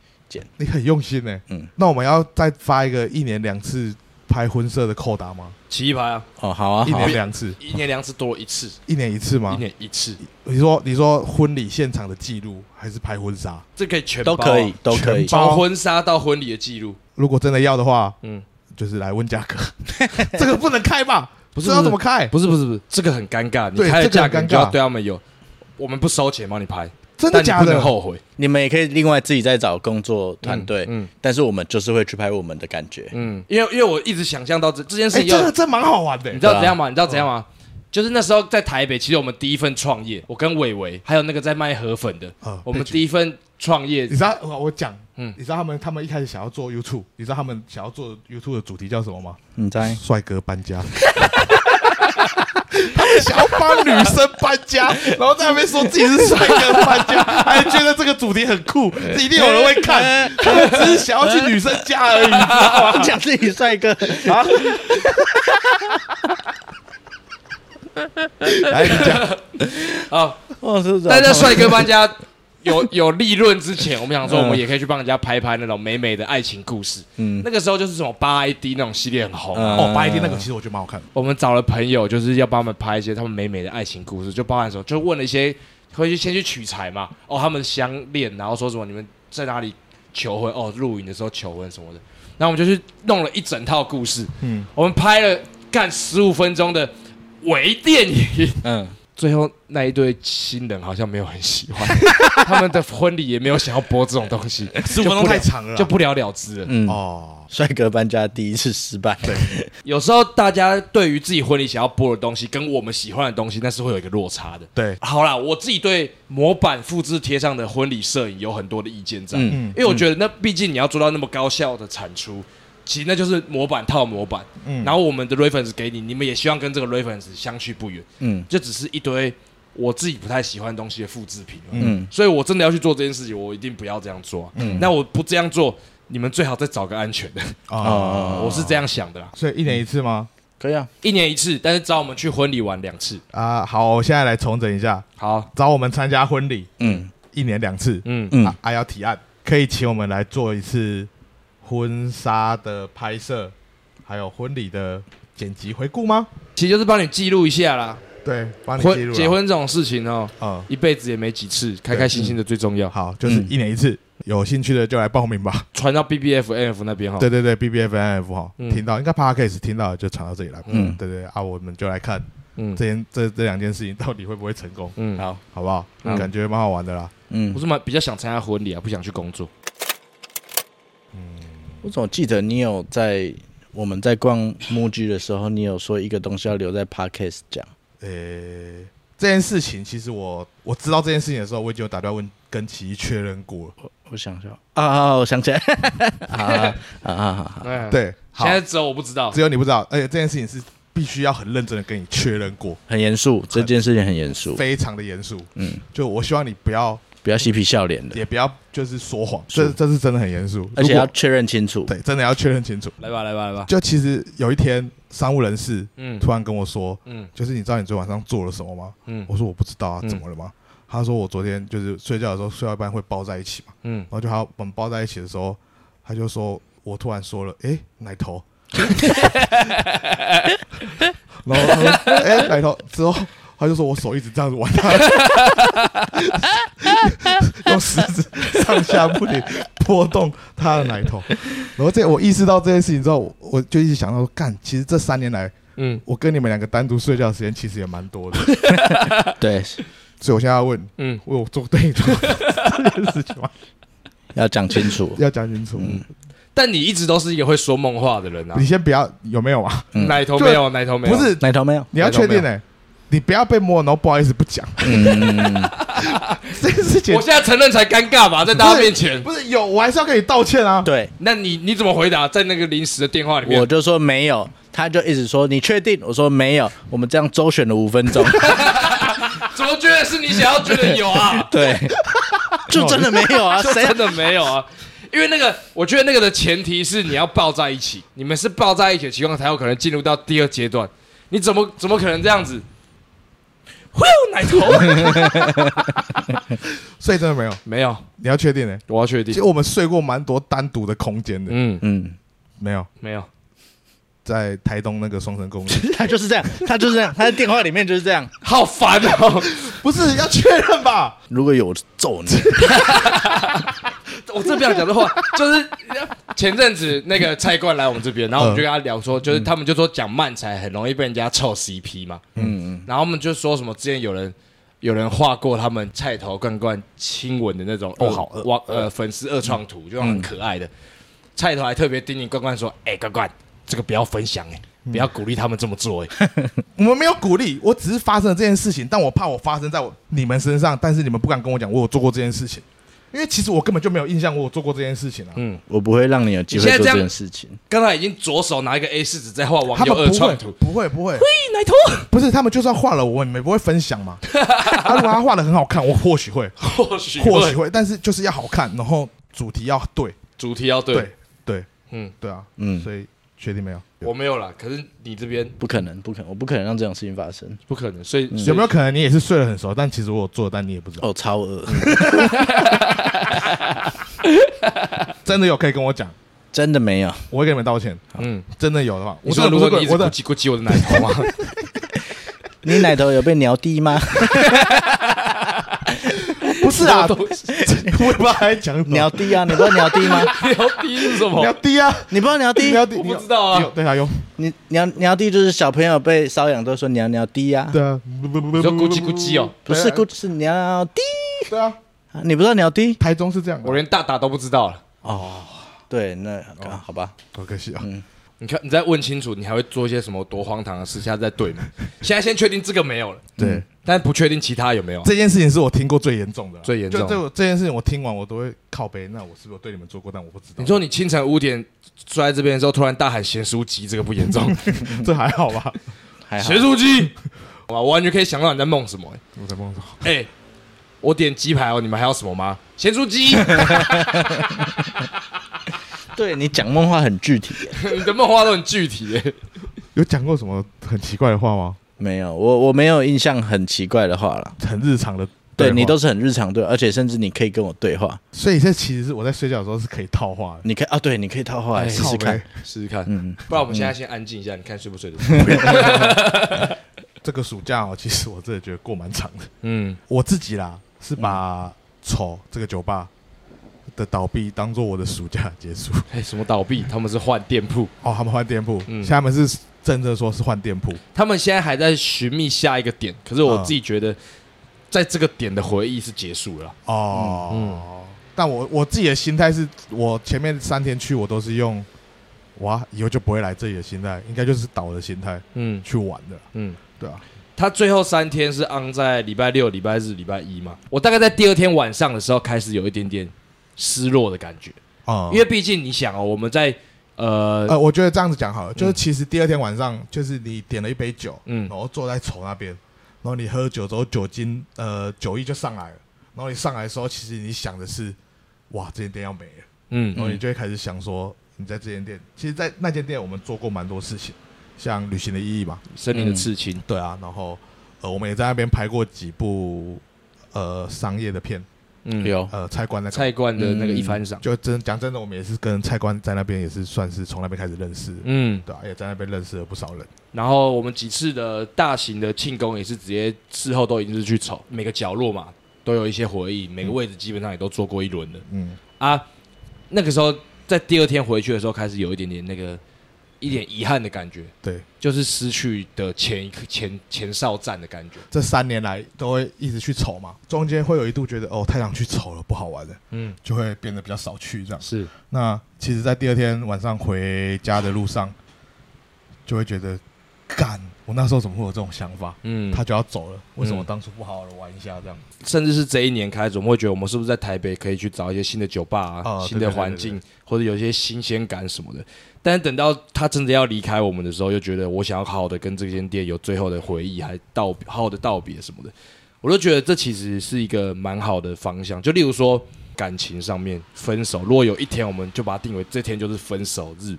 Speaker 2: 你很用心呢、
Speaker 3: 嗯
Speaker 2: 那我们要再发一个一年两次拍婚摄的扣打吗？
Speaker 1: 起一排啊，
Speaker 3: 哦，好啊，
Speaker 2: 一
Speaker 3: 好啊
Speaker 2: 年两次，
Speaker 1: 一年两次多一次，
Speaker 2: 一年一次吗
Speaker 1: 一？年一次，
Speaker 2: 你说你说婚礼现场的记录还是拍婚纱？
Speaker 1: 这可以全包
Speaker 3: 都
Speaker 1: 啊
Speaker 3: 可以，，都可以
Speaker 2: 全。包
Speaker 1: 从婚纱到婚礼的记录。
Speaker 2: 如果真的要的话，
Speaker 1: 嗯
Speaker 2: 嗯，就是来问价格， (laughs) 这个不能开吧？
Speaker 1: 不是
Speaker 2: 知道怎么开，
Speaker 1: 不是不是不是，这个很尴尬，你
Speaker 2: 对
Speaker 1: 开的
Speaker 2: 这个
Speaker 1: 价
Speaker 2: 很
Speaker 1: 格
Speaker 2: 尴
Speaker 1: 你就要
Speaker 2: 尬
Speaker 1: 对他们有，我们不收钱帮你拍，
Speaker 2: 真
Speaker 1: 但
Speaker 2: 的
Speaker 1: 你
Speaker 2: 假
Speaker 1: 不能
Speaker 2: 的？
Speaker 1: 后悔。
Speaker 3: 你们也可以另外自己再找工作团队，
Speaker 1: 嗯嗯
Speaker 3: 但是我们就是会去拍我们的感觉。
Speaker 1: 嗯，因为因为我一直想象到这这件事
Speaker 2: 哎，
Speaker 1: 情
Speaker 2: 这
Speaker 1: 要，
Speaker 2: 个真蛮好玩的、欸
Speaker 1: 你知道怎样吗？你知道怎样吗？就是那时候在台北，其实我们第一份创业，我跟伟伟还有那个在卖河粉的，
Speaker 2: 啊
Speaker 1: 我们第一份创业
Speaker 2: 你知道我我讲，
Speaker 1: 嗯
Speaker 2: 嗯，你知道他们他们一开始想要做 YouTube，你知道他们想要做 YouTube 的主题叫什么吗？
Speaker 3: 你猜？
Speaker 2: 帅哥搬家。他们想要帮女生搬
Speaker 1: (laughs)
Speaker 2: 家，然后在那边说自己是帅哥搬家，还觉得这个主题很酷，一定有人会
Speaker 1: 呃
Speaker 2: 看。他们只是想要去女生家而已。
Speaker 3: 讲自己帅哥， (laughs)
Speaker 2: 来，你讲，
Speaker 1: 啊，
Speaker 3: 哦，是不是？
Speaker 1: 但在帅哥搬家有有利润之前，我们想说我们也可以去帮人家拍拍那种美美的爱情故事。
Speaker 3: 嗯
Speaker 1: 那个时候就是什么八 ID 那种系列很红啊、
Speaker 3: 嗯
Speaker 2: 哦，白天那个其实我觉得蛮好看的。
Speaker 1: 我们找了朋友，就是要帮他们拍一些他们美美的爱情故事，就包含什么，就问了一些，回去先去取材嘛，哦，他们相恋，然后说什么你们在哪里求婚，哦，露营的时候求婚什么的，然后我们就去弄了一整套故事，嗯
Speaker 2: 嗯，
Speaker 1: 我们拍了干十五分钟的微电影，
Speaker 3: 嗯，
Speaker 1: 最后那一对新人好像没有很喜
Speaker 2: (laughs)
Speaker 1: 欢，他们的婚礼也没有想要播这种东西，
Speaker 2: 十五分钟太长了啦，
Speaker 1: 就不了了之了。
Speaker 3: 嗯，
Speaker 2: 哦，
Speaker 3: 帅哥搬家第一次失败，对，
Speaker 1: 有时候大家对于自己婚礼想要播的东西，跟我们喜欢的东西，那是会有一个落差的。
Speaker 2: 对，
Speaker 1: 好啦，我自己对模板复制贴上的婚礼摄影有很多的意见在，
Speaker 3: 嗯
Speaker 1: 因为我觉得那毕竟你要做到那么高效的产出，其实那就是模板套模板，
Speaker 2: 嗯
Speaker 1: 然后我们的 reference 给你，你们也希望跟这个 reference 相去不远，
Speaker 3: 嗯
Speaker 1: 就只是一堆我自己不太喜欢的东西的复制品，嗯，
Speaker 3: 嗯，
Speaker 1: 所以我真的要去做这件事情，我一定不要这样做啊、那我不这样做，你们最好再找个安全的，
Speaker 2: 哦，
Speaker 1: 我是这样想的啦，
Speaker 2: 所以一年一次吗？
Speaker 3: 可以啊，
Speaker 1: 一年一次，但是找我们去婚礼玩两次，
Speaker 2: 啊，好，我现在来重整一下，
Speaker 1: 好，
Speaker 2: 找我们参加婚礼，
Speaker 3: 嗯
Speaker 2: 一年两次，
Speaker 1: 嗯，
Speaker 3: 嗯
Speaker 2: 啊，还要提案，可以请我们来做一次婚纱的拍摄，还有婚礼的剪辑回顾吗？
Speaker 1: 其实就是帮你记录一下啦。
Speaker 2: 对，帮你记
Speaker 1: 婚
Speaker 2: 录
Speaker 1: 结婚这种事情哦，
Speaker 2: 啊、
Speaker 1: 一辈子也没几次，开开心心的最重要。
Speaker 2: 好，就是
Speaker 3: 嗯
Speaker 2: 一年一次，有兴趣的就来报名吧。
Speaker 1: 传到 BBF、NF 那边哈。哦
Speaker 2: 对对对，B B F N F 哈，
Speaker 1: 嗯
Speaker 2: 听到应该 Podcast 听到的就传到这里来吧。
Speaker 3: 嗯
Speaker 2: 嗯，对对啊，我们就来看
Speaker 1: 嗯
Speaker 2: 这件这这两件事情到底会不会成功，
Speaker 1: 嗯，
Speaker 3: 好，
Speaker 2: 好不好？
Speaker 1: 嗯
Speaker 2: 感觉蛮好玩的啦。
Speaker 3: 嗯
Speaker 1: 我，是蛮比较想参加婚礼啊，不想去工作。
Speaker 3: 我总记得你有在我们在逛木居的时候，你有说一个东西要留在 podcast 讲，
Speaker 2: 呃、这件事情其实我我知道这件事情的时候，我已经有打电话问跟奇艺确认过了。
Speaker 3: 我想想啊，我想起来，啊啊啊，
Speaker 1: 哎，
Speaker 2: 对，好
Speaker 1: 现，在只有我不知道
Speaker 2: 只。有你不知道，而且这件事情是必须要很认真的跟你确认过，
Speaker 3: 很严肃，这件事情很严肃，
Speaker 2: 非常的严肃。
Speaker 3: 嗯，
Speaker 2: 就我希望你不要，
Speaker 3: 不要嬉皮笑脸的，
Speaker 2: 也不要就是说谎，
Speaker 3: 是
Speaker 2: 这这是真的很严肃，
Speaker 3: 而且
Speaker 2: 如
Speaker 3: 要
Speaker 2: 果
Speaker 3: 确认清楚，
Speaker 2: 对，真的要确认清楚。
Speaker 1: 来吧，来吧，来吧。
Speaker 2: 就其实有一天，商务人士
Speaker 1: 嗯
Speaker 2: 突然跟我说，
Speaker 1: 嗯
Speaker 2: 就是你知道你昨天晚上做了什么吗？
Speaker 1: 嗯
Speaker 2: 我说我不知道啊，
Speaker 1: 嗯
Speaker 2: 怎么了吗？他说我昨天就是睡觉的时候睡到一半会抱在一起嘛，
Speaker 1: 嗯
Speaker 2: 然，后就他我们抱在一起的时候，他就说我突然说了，诶，奶
Speaker 1: (laughs)
Speaker 2: 头，然后他说，诶，奶头之后，他就说我手一直这样子玩他， (laughs) 用食指上下不
Speaker 1: (laughs)
Speaker 2: 停拨动他的奶头。然后这我意识到这件事情之后，我我就一直想到说，干，其实这三年来，
Speaker 1: 嗯
Speaker 2: 我跟你们两个单独睡觉的时间其实也蛮多的。
Speaker 3: 对，
Speaker 2: 所以我现在要问，
Speaker 1: 嗯，
Speaker 2: 我有做对你做这件事情吗？。
Speaker 3: 要讲清楚
Speaker 2: 要讲清楚。
Speaker 3: 嗯
Speaker 1: 但你一直都是一个会说梦话的人啊
Speaker 2: 你，先不要有没有啊？
Speaker 3: 嗯
Speaker 1: 奶头没有，奶头没有，
Speaker 2: 不是，
Speaker 3: 奶头没有？
Speaker 2: 你要确定
Speaker 1: 没
Speaker 2: 呢、你不要被摸，然后不好意思不讲
Speaker 3: 嗯，
Speaker 2: (laughs) 这件事情
Speaker 1: 我。现在承认才尴尬吧，在大家面前。
Speaker 2: 不是有，我还是要跟你道歉啊。
Speaker 3: 对，
Speaker 1: 那你你怎么回答？在那个临时的电话里面，
Speaker 3: 我就说没有，他就一直说你确定？我说没有，我们这样周旋了五分钟，？
Speaker 1: (laughs) 怎么觉得是你想要觉得有啊
Speaker 3: 对，就真的没有啊，
Speaker 1: 就
Speaker 3: 谁
Speaker 1: (laughs) 真的没有啊？因为那个，我觉得那个的前提是你要抱在一起，你们是抱在一起的情况才有可能进入到第二阶段。你怎么怎么可能这样 (laughs) 子？呼奶头
Speaker 2: 所以真的没有，
Speaker 1: (laughs) 没有，
Speaker 2: 你要确定呢、
Speaker 1: 我要确定
Speaker 2: 其实，我们睡过蛮多单独的空间的，
Speaker 1: 嗯，
Speaker 3: 嗯，
Speaker 2: 没有
Speaker 1: 没有，
Speaker 2: 在台东那个双城公园，
Speaker 3: 他就是这样，他就是这样，他在电话里面就是这样。
Speaker 1: 好烦哦！
Speaker 2: 不是要确认吧？
Speaker 3: 如果有我就揍你，
Speaker 1: 我真的不想讲的 (laughs) 话，就是前阵子那个蔡冠来我们这边，然后
Speaker 2: 嗯
Speaker 1: 我们就跟他聊说，就是他们就说讲慢才很容易被人家凑 CP 嘛，嗯嗯，然后我们就说什么之前有人有人画过他们菜头罐罐亲吻的那种哦好网呃粉丝二创
Speaker 2: 嗯
Speaker 1: 图，就很可爱的，菜头还特别叮咛罐罐说，哎罐罐这个不要分享哎，
Speaker 2: 嗯
Speaker 1: 不要鼓励他们这么做哎， (laughs)
Speaker 2: 我们没有鼓励，我只是发生了这件事情，但我怕我发生在我你们身上，但是你们不敢跟我讲我有做过这件事情，因为其实我根本就没有印象我有做过这件事情啊。
Speaker 1: 嗯
Speaker 3: 我不会让你有机会做这件事情。
Speaker 1: 刚才已经左手拿一个 A 四纸在画网
Speaker 2: 他
Speaker 1: 友
Speaker 2: 们
Speaker 1: 二
Speaker 2: 不会
Speaker 1: 创图，， (laughs)
Speaker 2: 不会，不会，
Speaker 1: 咦奶头，
Speaker 2: 不是他们就算画了我，你们也不会分享嘛。啊，如果他画的很好看，我或许会，
Speaker 1: 或 (laughs) 许
Speaker 2: 或
Speaker 1: 会
Speaker 2: 许会，但是就是要好看，然后主题要对，
Speaker 1: 主题要对
Speaker 2: 对，，对，
Speaker 1: 嗯。
Speaker 2: 对啊，
Speaker 3: 嗯
Speaker 2: 所以确定没有？
Speaker 1: 我没有啦，可是你这边
Speaker 3: 不可能，不可能，我不可能让这种事情发生。
Speaker 1: 不可能，所以
Speaker 2: 有没有？可能你也是睡得很熟，但其实我有做，但你也不知道？
Speaker 3: 哦，超恶，
Speaker 2: 真的有可以跟我讲，
Speaker 3: 真的没有。
Speaker 2: 我会给你们道歉。
Speaker 1: 所以嗯，
Speaker 2: 真的有的话，
Speaker 1: 你
Speaker 2: 啊我
Speaker 1: 说
Speaker 2: 真的
Speaker 1: 如
Speaker 2: 不是
Speaker 1: 果你
Speaker 2: 故意
Speaker 1: 一直
Speaker 2: 我
Speaker 1: 不
Speaker 2: 的
Speaker 1: 挤过挤我的奶头吗？
Speaker 2: (laughs)
Speaker 3: 你奶头有被尿滴 (laughs) 吗？
Speaker 2: 不是啊，
Speaker 1: 都
Speaker 2: 我也不知道还讲什么。
Speaker 3: 尿滴啊，你不知道尿滴吗？
Speaker 1: 聊低是什
Speaker 2: 你要
Speaker 1: 么？
Speaker 2: 低啊，
Speaker 3: 你不知道尿 (laughs) 滴
Speaker 2: 你？要低，
Speaker 1: 我不
Speaker 2: 你有
Speaker 1: 知道啊
Speaker 2: 你有对啊，有
Speaker 3: 你尿尿滴就是小朋友被瘙痒都说尿尿滴啊，
Speaker 2: 对啊，
Speaker 1: 你
Speaker 2: 你
Speaker 1: 说咕叽咕叽哦，
Speaker 3: 不是，是尿滴。
Speaker 2: 对啊，
Speaker 3: 啊你不知道尿滴？
Speaker 2: 台中是这样的，啊
Speaker 1: 我连大打都不知道了。
Speaker 3: 对，那啊好吧，
Speaker 2: 好可惜啊，
Speaker 1: 你看，你再问清楚，你还会做一些什么多荒唐的事？下次再对嘛。现在先确定这个没有了，
Speaker 2: 对。
Speaker 1: 但不确定其他有没有。
Speaker 2: 这件事情是我听过最严重的啊，
Speaker 1: 最严重
Speaker 2: 就这我这件事情，我听完我都会靠背。那我是不是有对你们做过？但我不知道。
Speaker 1: 你说你清晨五点坐在这边的时候，突然大喊咸酥鸡，这个不严重？
Speaker 2: (laughs) 这还好吧？
Speaker 3: 还好
Speaker 1: 咸。酥
Speaker 2: (laughs)
Speaker 1: 鸡，哇，我完全可以想到你在梦什么、欸
Speaker 2: 我在梦中，
Speaker 1: 哎、我点鸡排哦，你们还要什么吗？咸酥
Speaker 2: (laughs)
Speaker 1: 鸡，
Speaker 3: 对你讲梦话很具体耶。
Speaker 1: 你的梦话都很具体、欸。
Speaker 2: 有讲过什么很奇怪的话吗？
Speaker 3: 没有，我我没有印象很奇怪的话了。
Speaker 2: 很日常的
Speaker 3: 对
Speaker 2: 话
Speaker 3: 你都是很日常对话，而且甚至你可以跟我对话，
Speaker 2: 所以这其实是我在睡觉的时候是可以套话的。
Speaker 3: 你可以啊，对，你可以套话来
Speaker 1: 哎
Speaker 3: 试试看
Speaker 2: 靠。
Speaker 1: 试试看，
Speaker 3: 嗯
Speaker 1: 不然我们现在先安静一下，你看睡不睡得着？
Speaker 2: 这个暑假哦，其实我真的觉得过蛮长的。
Speaker 1: 嗯，
Speaker 2: 我自己啦，是把丑这个酒吧的倒闭当做我的暑假
Speaker 1: (laughs)
Speaker 2: 结束。
Speaker 1: 哎，什么倒闭？他们是换店铺，
Speaker 2: 哦，他们换店铺，
Speaker 1: 嗯
Speaker 2: 现在他们是真的说是换店铺，
Speaker 1: 他们现在还在寻觅下一个点。可是我自己觉得，在这个点的回忆是结束了。
Speaker 2: 哦，
Speaker 1: 嗯
Speaker 2: 但我我自己的心态是，我前面三天去我都是用哇以后就不会来这里的心态，应该就是倒的心态
Speaker 1: 嗯
Speaker 2: 去玩的，
Speaker 1: 嗯，
Speaker 2: 对啊，
Speaker 1: 他最后三天是安在礼拜六、礼拜日、礼拜一嘛。我大概在第二天晚上的时候开始有一点点失落的感觉，
Speaker 2: 啊、
Speaker 1: 因为毕竟你想哦，我们在呃
Speaker 2: 呃，我觉得这样子讲好了，就是其实第二天晚上，就是你点了一杯酒，
Speaker 1: 嗯
Speaker 2: 然后坐在丑那边，然后你喝酒之后，酒精呃酒意就上来了，然后你上来的时候，其实你想的是，哇，这间店要没了，然
Speaker 1: 嗯
Speaker 2: 后你就会开始想说，你在这间店，其实，在那间店我们做过蛮多事情，像旅行的意义嘛，
Speaker 1: 森林的刺青，
Speaker 2: 对啊，然后呃，我们也在那边拍过几部呃商业的片，
Speaker 1: 嗯，
Speaker 3: 有
Speaker 2: 呃菜官那个，
Speaker 1: 菜冠的那个一番赏，
Speaker 2: 就真讲真的，我们也是跟菜官在那边也是算是从那边开始认识，
Speaker 1: 嗯，
Speaker 2: 对啊，也在那边认识了不少人。
Speaker 1: 然后我们几次的大型的庆功也是直接事后都已经是去瞅每个角落嘛，都有一些回忆，每个位置基本上也都坐过一轮的
Speaker 2: 嗯，
Speaker 1: 啊。那个时候在第二天回去的时候，开始有一点点那个一点遗憾的感觉，
Speaker 2: 对，
Speaker 1: 就是失去的前一刻前前哨战的感觉。
Speaker 2: 这三年来都会一直去瞅嘛，中间会有一度觉得哦太想去瞅了，不好玩了，
Speaker 1: 嗯，
Speaker 2: 就会变得比较少去这样。
Speaker 1: 是
Speaker 2: 那其实，在第二天晚上回家的路上，就会觉得，干，我那时候怎么会有这种想法？
Speaker 1: 嗯，
Speaker 2: 他就要走了，为什么
Speaker 1: 嗯
Speaker 2: 当初不好好的玩一下这样？
Speaker 1: 甚至是这一年开始，我们会觉得我们是不是在台北可以去找一些新的酒吧啊、
Speaker 2: 啊
Speaker 1: 新的环境，或者有一些新鲜感什么的。但是等到他真的要离开我们的时候，又觉得我想要好好的跟这间店有最后的回忆，还道好好的道别什么的，我就觉得这其实是一个蛮好的方向。就例如说感情上面分手，如果有一天我们就把它定为这天就是分手日。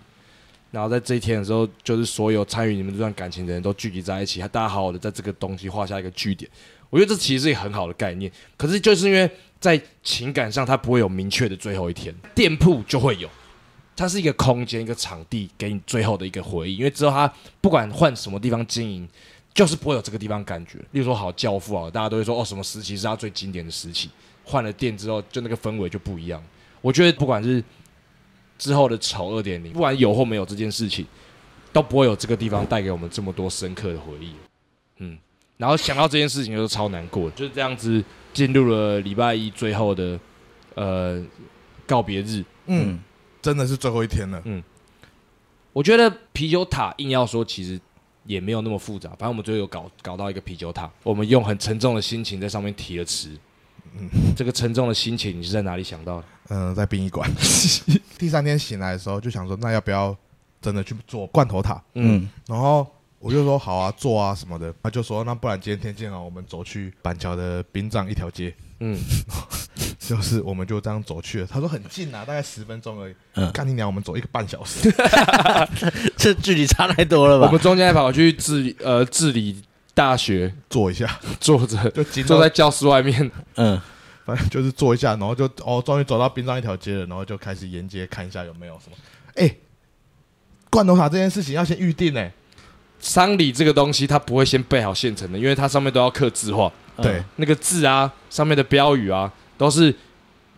Speaker 1: 然后在这一天的时候，就是所有参与你们这段感情的人都聚集在一起，大家好好的在这个东西画下一个句点。我觉得这其实是一个很好的概念，可是就是因为在情感上它不会有明确的最后一天，店铺就会有，它是一个空间、一个场地给你最后的一个回忆，因为之后它不管换什么地方经营，就是不会有这个地方感觉。例如说好教父啊，大家都会说哦什么时期是它最经典的时期，换了店之后就那个氛围就不一样。我觉得不管是之后的丑二点零，不管有或没有这件事情，都不会有这个地方带给我们这么多深刻的回忆。嗯，然后想到这件事情就是超难过的，就是这样子进入了礼拜一最后的呃告别日。
Speaker 2: 嗯，真的是最后一天了。 (laughs)
Speaker 1: 我觉得啤酒塔硬要说，其实也没有那么复杂。反正我们最后有搞搞到一个啤酒塔，我们用很沉重的心情在上面提了词。嗯，这个沉重的心情你是在哪里想到的？
Speaker 2: 嗯、在殡仪馆。第三天醒来的时候，就想说，那要不要真的去做罐头塔？
Speaker 3: 嗯，
Speaker 2: 然后我就说好啊，做啊什么的。他就说，那不然今天天气很好，我们走去板桥的殡葬一条街，
Speaker 1: 嗯，
Speaker 2: (laughs) 就是我们就这样走去了。他说很近啊，大概十分钟而已。
Speaker 3: 嗯
Speaker 2: 干你娘，我们走一个半小时。 (laughs)
Speaker 3: (laughs) 这距离差太多了
Speaker 1: 我
Speaker 3: 吧
Speaker 1: 们？中间还跑去治理呃治理大学，
Speaker 2: 坐一下，
Speaker 1: 坐着
Speaker 2: 就紧
Speaker 1: 坐
Speaker 2: 到
Speaker 1: 在教室外面。
Speaker 3: 嗯，
Speaker 2: 反正就是坐一下，然后就哦，终于走到殡葬一条街了，然后就开始沿街看一下有没有什么。哎，罐头塔这件事情要先预定哎、
Speaker 1: 丧礼这个东西，它不会先备好现成的，因为它上面都要刻字化，
Speaker 3: 嗯
Speaker 2: 对，
Speaker 1: 那个字啊，上面的标语啊，都是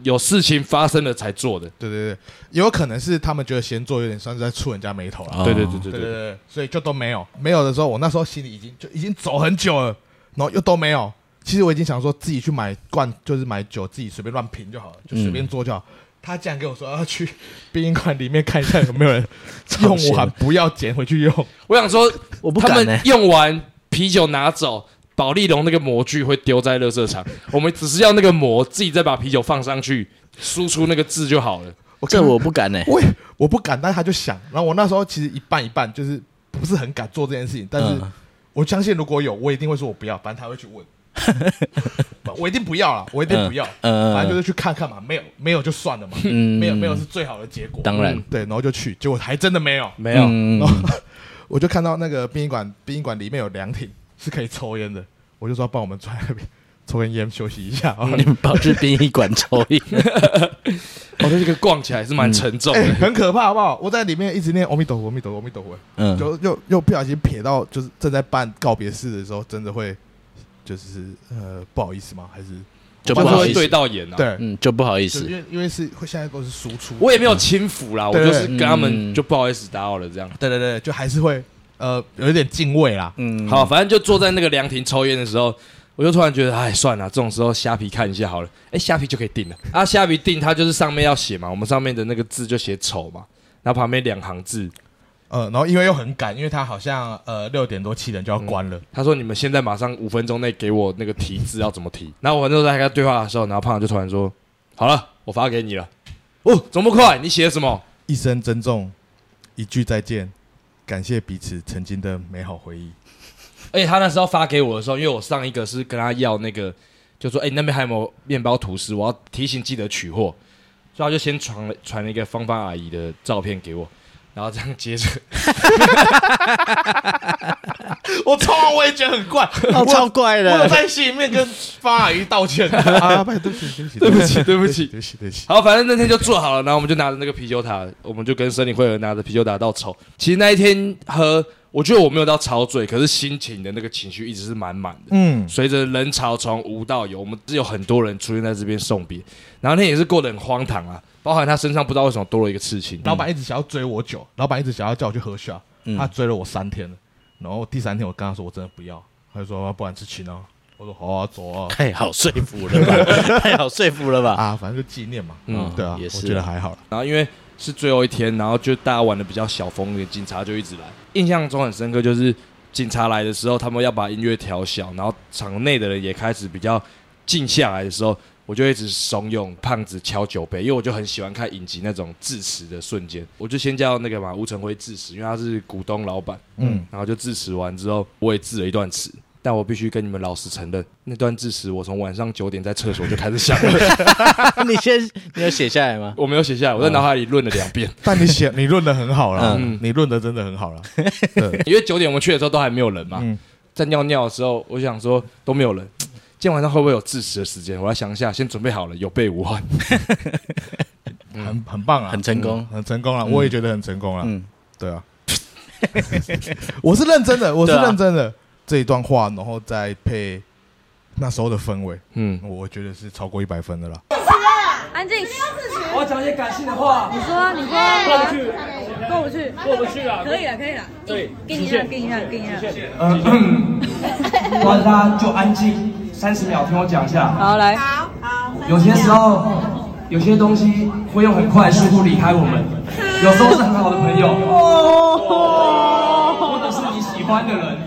Speaker 1: 有事情发生了才做的。
Speaker 2: 对对对，也有可能是他们觉得先做有点像是在触人家眉头了。
Speaker 3: 哦
Speaker 1: 对对对对
Speaker 2: 对
Speaker 1: 对
Speaker 2: 对
Speaker 1: 对，
Speaker 2: 对，所以就都没有。没有的时候，我那时候心里已经就已经走很久了，然后又都没有。其实我已经想说自己去买罐，就是买酒自己随便乱品就好了，就随便做就好。他竟然跟我说要去殡仪馆里面看一下有没有人 (laughs) 用
Speaker 3: 闲
Speaker 2: 完，不要捡回去用。
Speaker 1: 我想说，
Speaker 3: 我不
Speaker 1: 他
Speaker 3: 敢欸呢
Speaker 1: 们。用完啤酒拿走，保利龙那个模具会丢在垃圾场，我们只是要那个膜，自己再把啤酒放上去，输出那个字就好了。
Speaker 2: 我
Speaker 3: 这
Speaker 2: 看
Speaker 3: 我不敢欸呢、
Speaker 2: 我也我不敢，但是他就想。然后我那时候其实一半一半，就是不是很敢做这件事情，但是
Speaker 3: 嗯
Speaker 2: 我相信如果有，我一定会说我不要，反正他会去 (laughs) 问。我一定不要了，我一定不要，
Speaker 3: 嗯嗯嗯
Speaker 2: 反正就是去看看嘛，没有没有就算了嘛，
Speaker 3: 嗯
Speaker 2: 没有没有是最好的结果。
Speaker 3: 当然
Speaker 1: 嗯
Speaker 2: 对，然后就去，结果还真的没有。
Speaker 1: 没有，
Speaker 3: 嗯
Speaker 2: 然后我就看到那个殡仪馆，殡仪馆里面有凉亭是可以抽烟的，我就说帮我们坐在那边 (laughs) 抽根烟休息一下啊。
Speaker 3: 你们跑去殡仪馆抽烟，
Speaker 1: 我觉得这哦个逛起来是蛮沉重
Speaker 2: (laughs) 哎，
Speaker 1: 的。
Speaker 2: 很可怕，好不好？我在里面一直念阿弥陀佛，阿弥陀佛，阿弥陀佛。
Speaker 3: 嗯，
Speaker 2: 就又又不小心瞥到，就是正在办告别式的时候，真的会就是呃不好意思吗？还是
Speaker 3: 就
Speaker 1: 但
Speaker 3: 不
Speaker 1: 是
Speaker 3: 好
Speaker 1: 会
Speaker 3: 意
Speaker 1: 对
Speaker 3: 思，
Speaker 1: 到眼啊。
Speaker 2: 对，
Speaker 3: 嗯，就不好意
Speaker 2: 就
Speaker 3: 思
Speaker 2: 因，为因为是会现在都是输出，
Speaker 1: 我也没有轻浮啦，我
Speaker 2: 对
Speaker 1: 就是跟他们
Speaker 3: 嗯
Speaker 1: 就不好意思打扰了这样。
Speaker 2: 对对对，就还是会呃有一点敬畏啦。
Speaker 3: 嗯，
Speaker 1: 好，，反正就坐在那个凉亭抽烟的时候，我就突然觉得，哎，算了，这种时候虾皮看一下好了。哎，虾皮就可以订了。啊，虾皮订它就是上面要写嘛，我们上面的那个字就写丑嘛，然后旁边两行字，
Speaker 2: 呃，然后因为又很赶，因为他好像呃六点多七点就要关了，
Speaker 1: 他说你们现在马上五分钟内给我那个题字要怎么题。然后我那时候在跟他对话的时候，然后胖子就突然说，好了，我发给你了。哦，这么快？你写什么？
Speaker 2: 一生珍重，一句再见，感谢彼此曾经的美好回忆。
Speaker 1: 而且他那时候发给我的时候，因为我上一个是跟他要那个，就说哎、你那边还有没有面包吐司？我要提醒记得取货，所以他就先传了传了一个芳芳阿姨的照片给我，然后这样接着，
Speaker 2: (laughs) 我
Speaker 4: 我抽完我也觉得很
Speaker 2: (laughs)
Speaker 4: 怪，
Speaker 3: 哦，超怪
Speaker 4: 我有
Speaker 3: 的，
Speaker 4: 在心里面跟方阿姨道歉。
Speaker 2: (laughs) 啊，拜对不起，对不起，
Speaker 1: 对不起对不起
Speaker 2: 对不起，对不起。
Speaker 1: 好，反正那天就做好了，然后我们就拿着那个啤酒塔，我们就跟森林会合拿着啤酒打到丑。其实那一天喝，我觉得我没有到超醉，可是心情的那个情绪一直是满满的。
Speaker 2: 嗯，
Speaker 1: 随着人潮从无到有，我们是有很多人出现在这边送别，然后那天也是过得很荒唐啊，包含他身上不知道为什么多了一个刺青。
Speaker 2: 老板一直想要追我酒，老板一直想要叫我去喝下，
Speaker 3: 嗯
Speaker 2: 他追了我三天了。然后第三天我跟他说我真的不要，他就说不然吃青哦。我说好啊，走啊。 (laughs)
Speaker 3: 太好说服了吧？ (laughs) 太好说服了吧？ (laughs)
Speaker 2: 啊，反正就纪念嘛，
Speaker 1: 嗯
Speaker 2: 嗯，对啊，
Speaker 3: 也是
Speaker 2: 我觉得还好啦。
Speaker 1: 然后因为是最后一天，然后就大家玩的比较小疯一点，警察就一直来。印象中很深刻，就是警察来的时候，他们要把音乐调小，然后场内的人也开始比较静下来的时候，我就一直怂恿胖子敲酒杯，因为我就很喜欢看影集那种致辞的瞬间。我就先叫那个嘛吴成辉致辞，因为他是股东老板，嗯
Speaker 2: 嗯，
Speaker 1: 然后就致辞完之后，我也致了一段词。但我必须跟你们老实承认，那段致辞我从晚上九点在厕所就开始想了，
Speaker 3: 你先，你有写下来吗？
Speaker 1: 我没有写下来，我在脑海里论了两遍。
Speaker 2: 但你写你论的很好啦
Speaker 1: 嗯，
Speaker 2: 你论的真的很好啦。
Speaker 1: (laughs) 因为九点我们去的时候都还没有人嘛，
Speaker 2: 嗯
Speaker 1: 在尿尿的时候，我想说都没有人，今天晚上会不会有致辞的时间？我要想一下，先准备好了，有备无患。 (laughs)
Speaker 2: 很很棒啊，
Speaker 3: 嗯很成功
Speaker 2: 嗯很成功了，我也觉得很成功了
Speaker 3: 嗯。
Speaker 2: 对啊， (laughs) 我是认真的，我是
Speaker 3: 对啊
Speaker 2: 认真的。这一段话，然后再配那时候的氛围，
Speaker 1: 嗯，
Speaker 2: 我觉得是超过一百分的啦。
Speaker 5: 安静。
Speaker 6: 我要讲一些感性的话，
Speaker 5: 你说，你说，
Speaker 6: 去
Speaker 5: 过不去，
Speaker 6: 过不去啊。
Speaker 5: 可以了，可以了。
Speaker 6: 对
Speaker 5: 给你让，给你让，给你让。
Speaker 6: 然后大家就安静三十秒，听我讲一下。
Speaker 5: 好，来，
Speaker 6: 有些时候，有些东西会用很快的速度离开我们，有时候是很好的朋友，或者是你喜欢的人，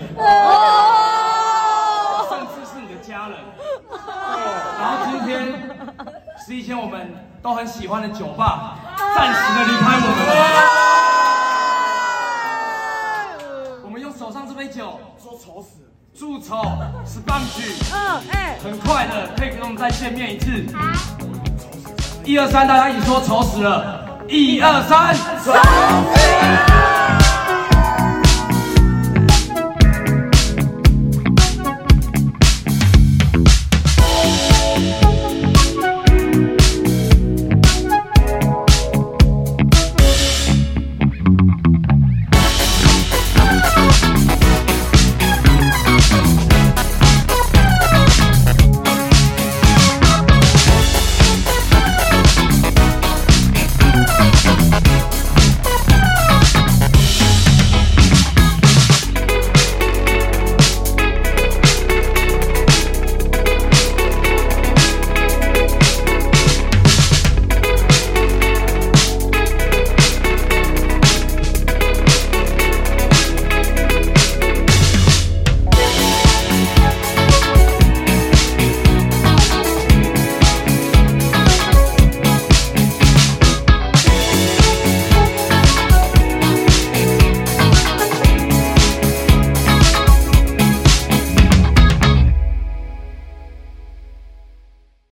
Speaker 6: 甚至是你的家人。然后今天是一间我们都很喜欢的酒吧，暂时的离开我们了。我们用手上这杯酒说丑死，祝丑是棒举，
Speaker 5: 嗯，哎，
Speaker 6: 很快的可以跟我们再见面一次。一二三，大家一起说丑死了。一二三，丑死了。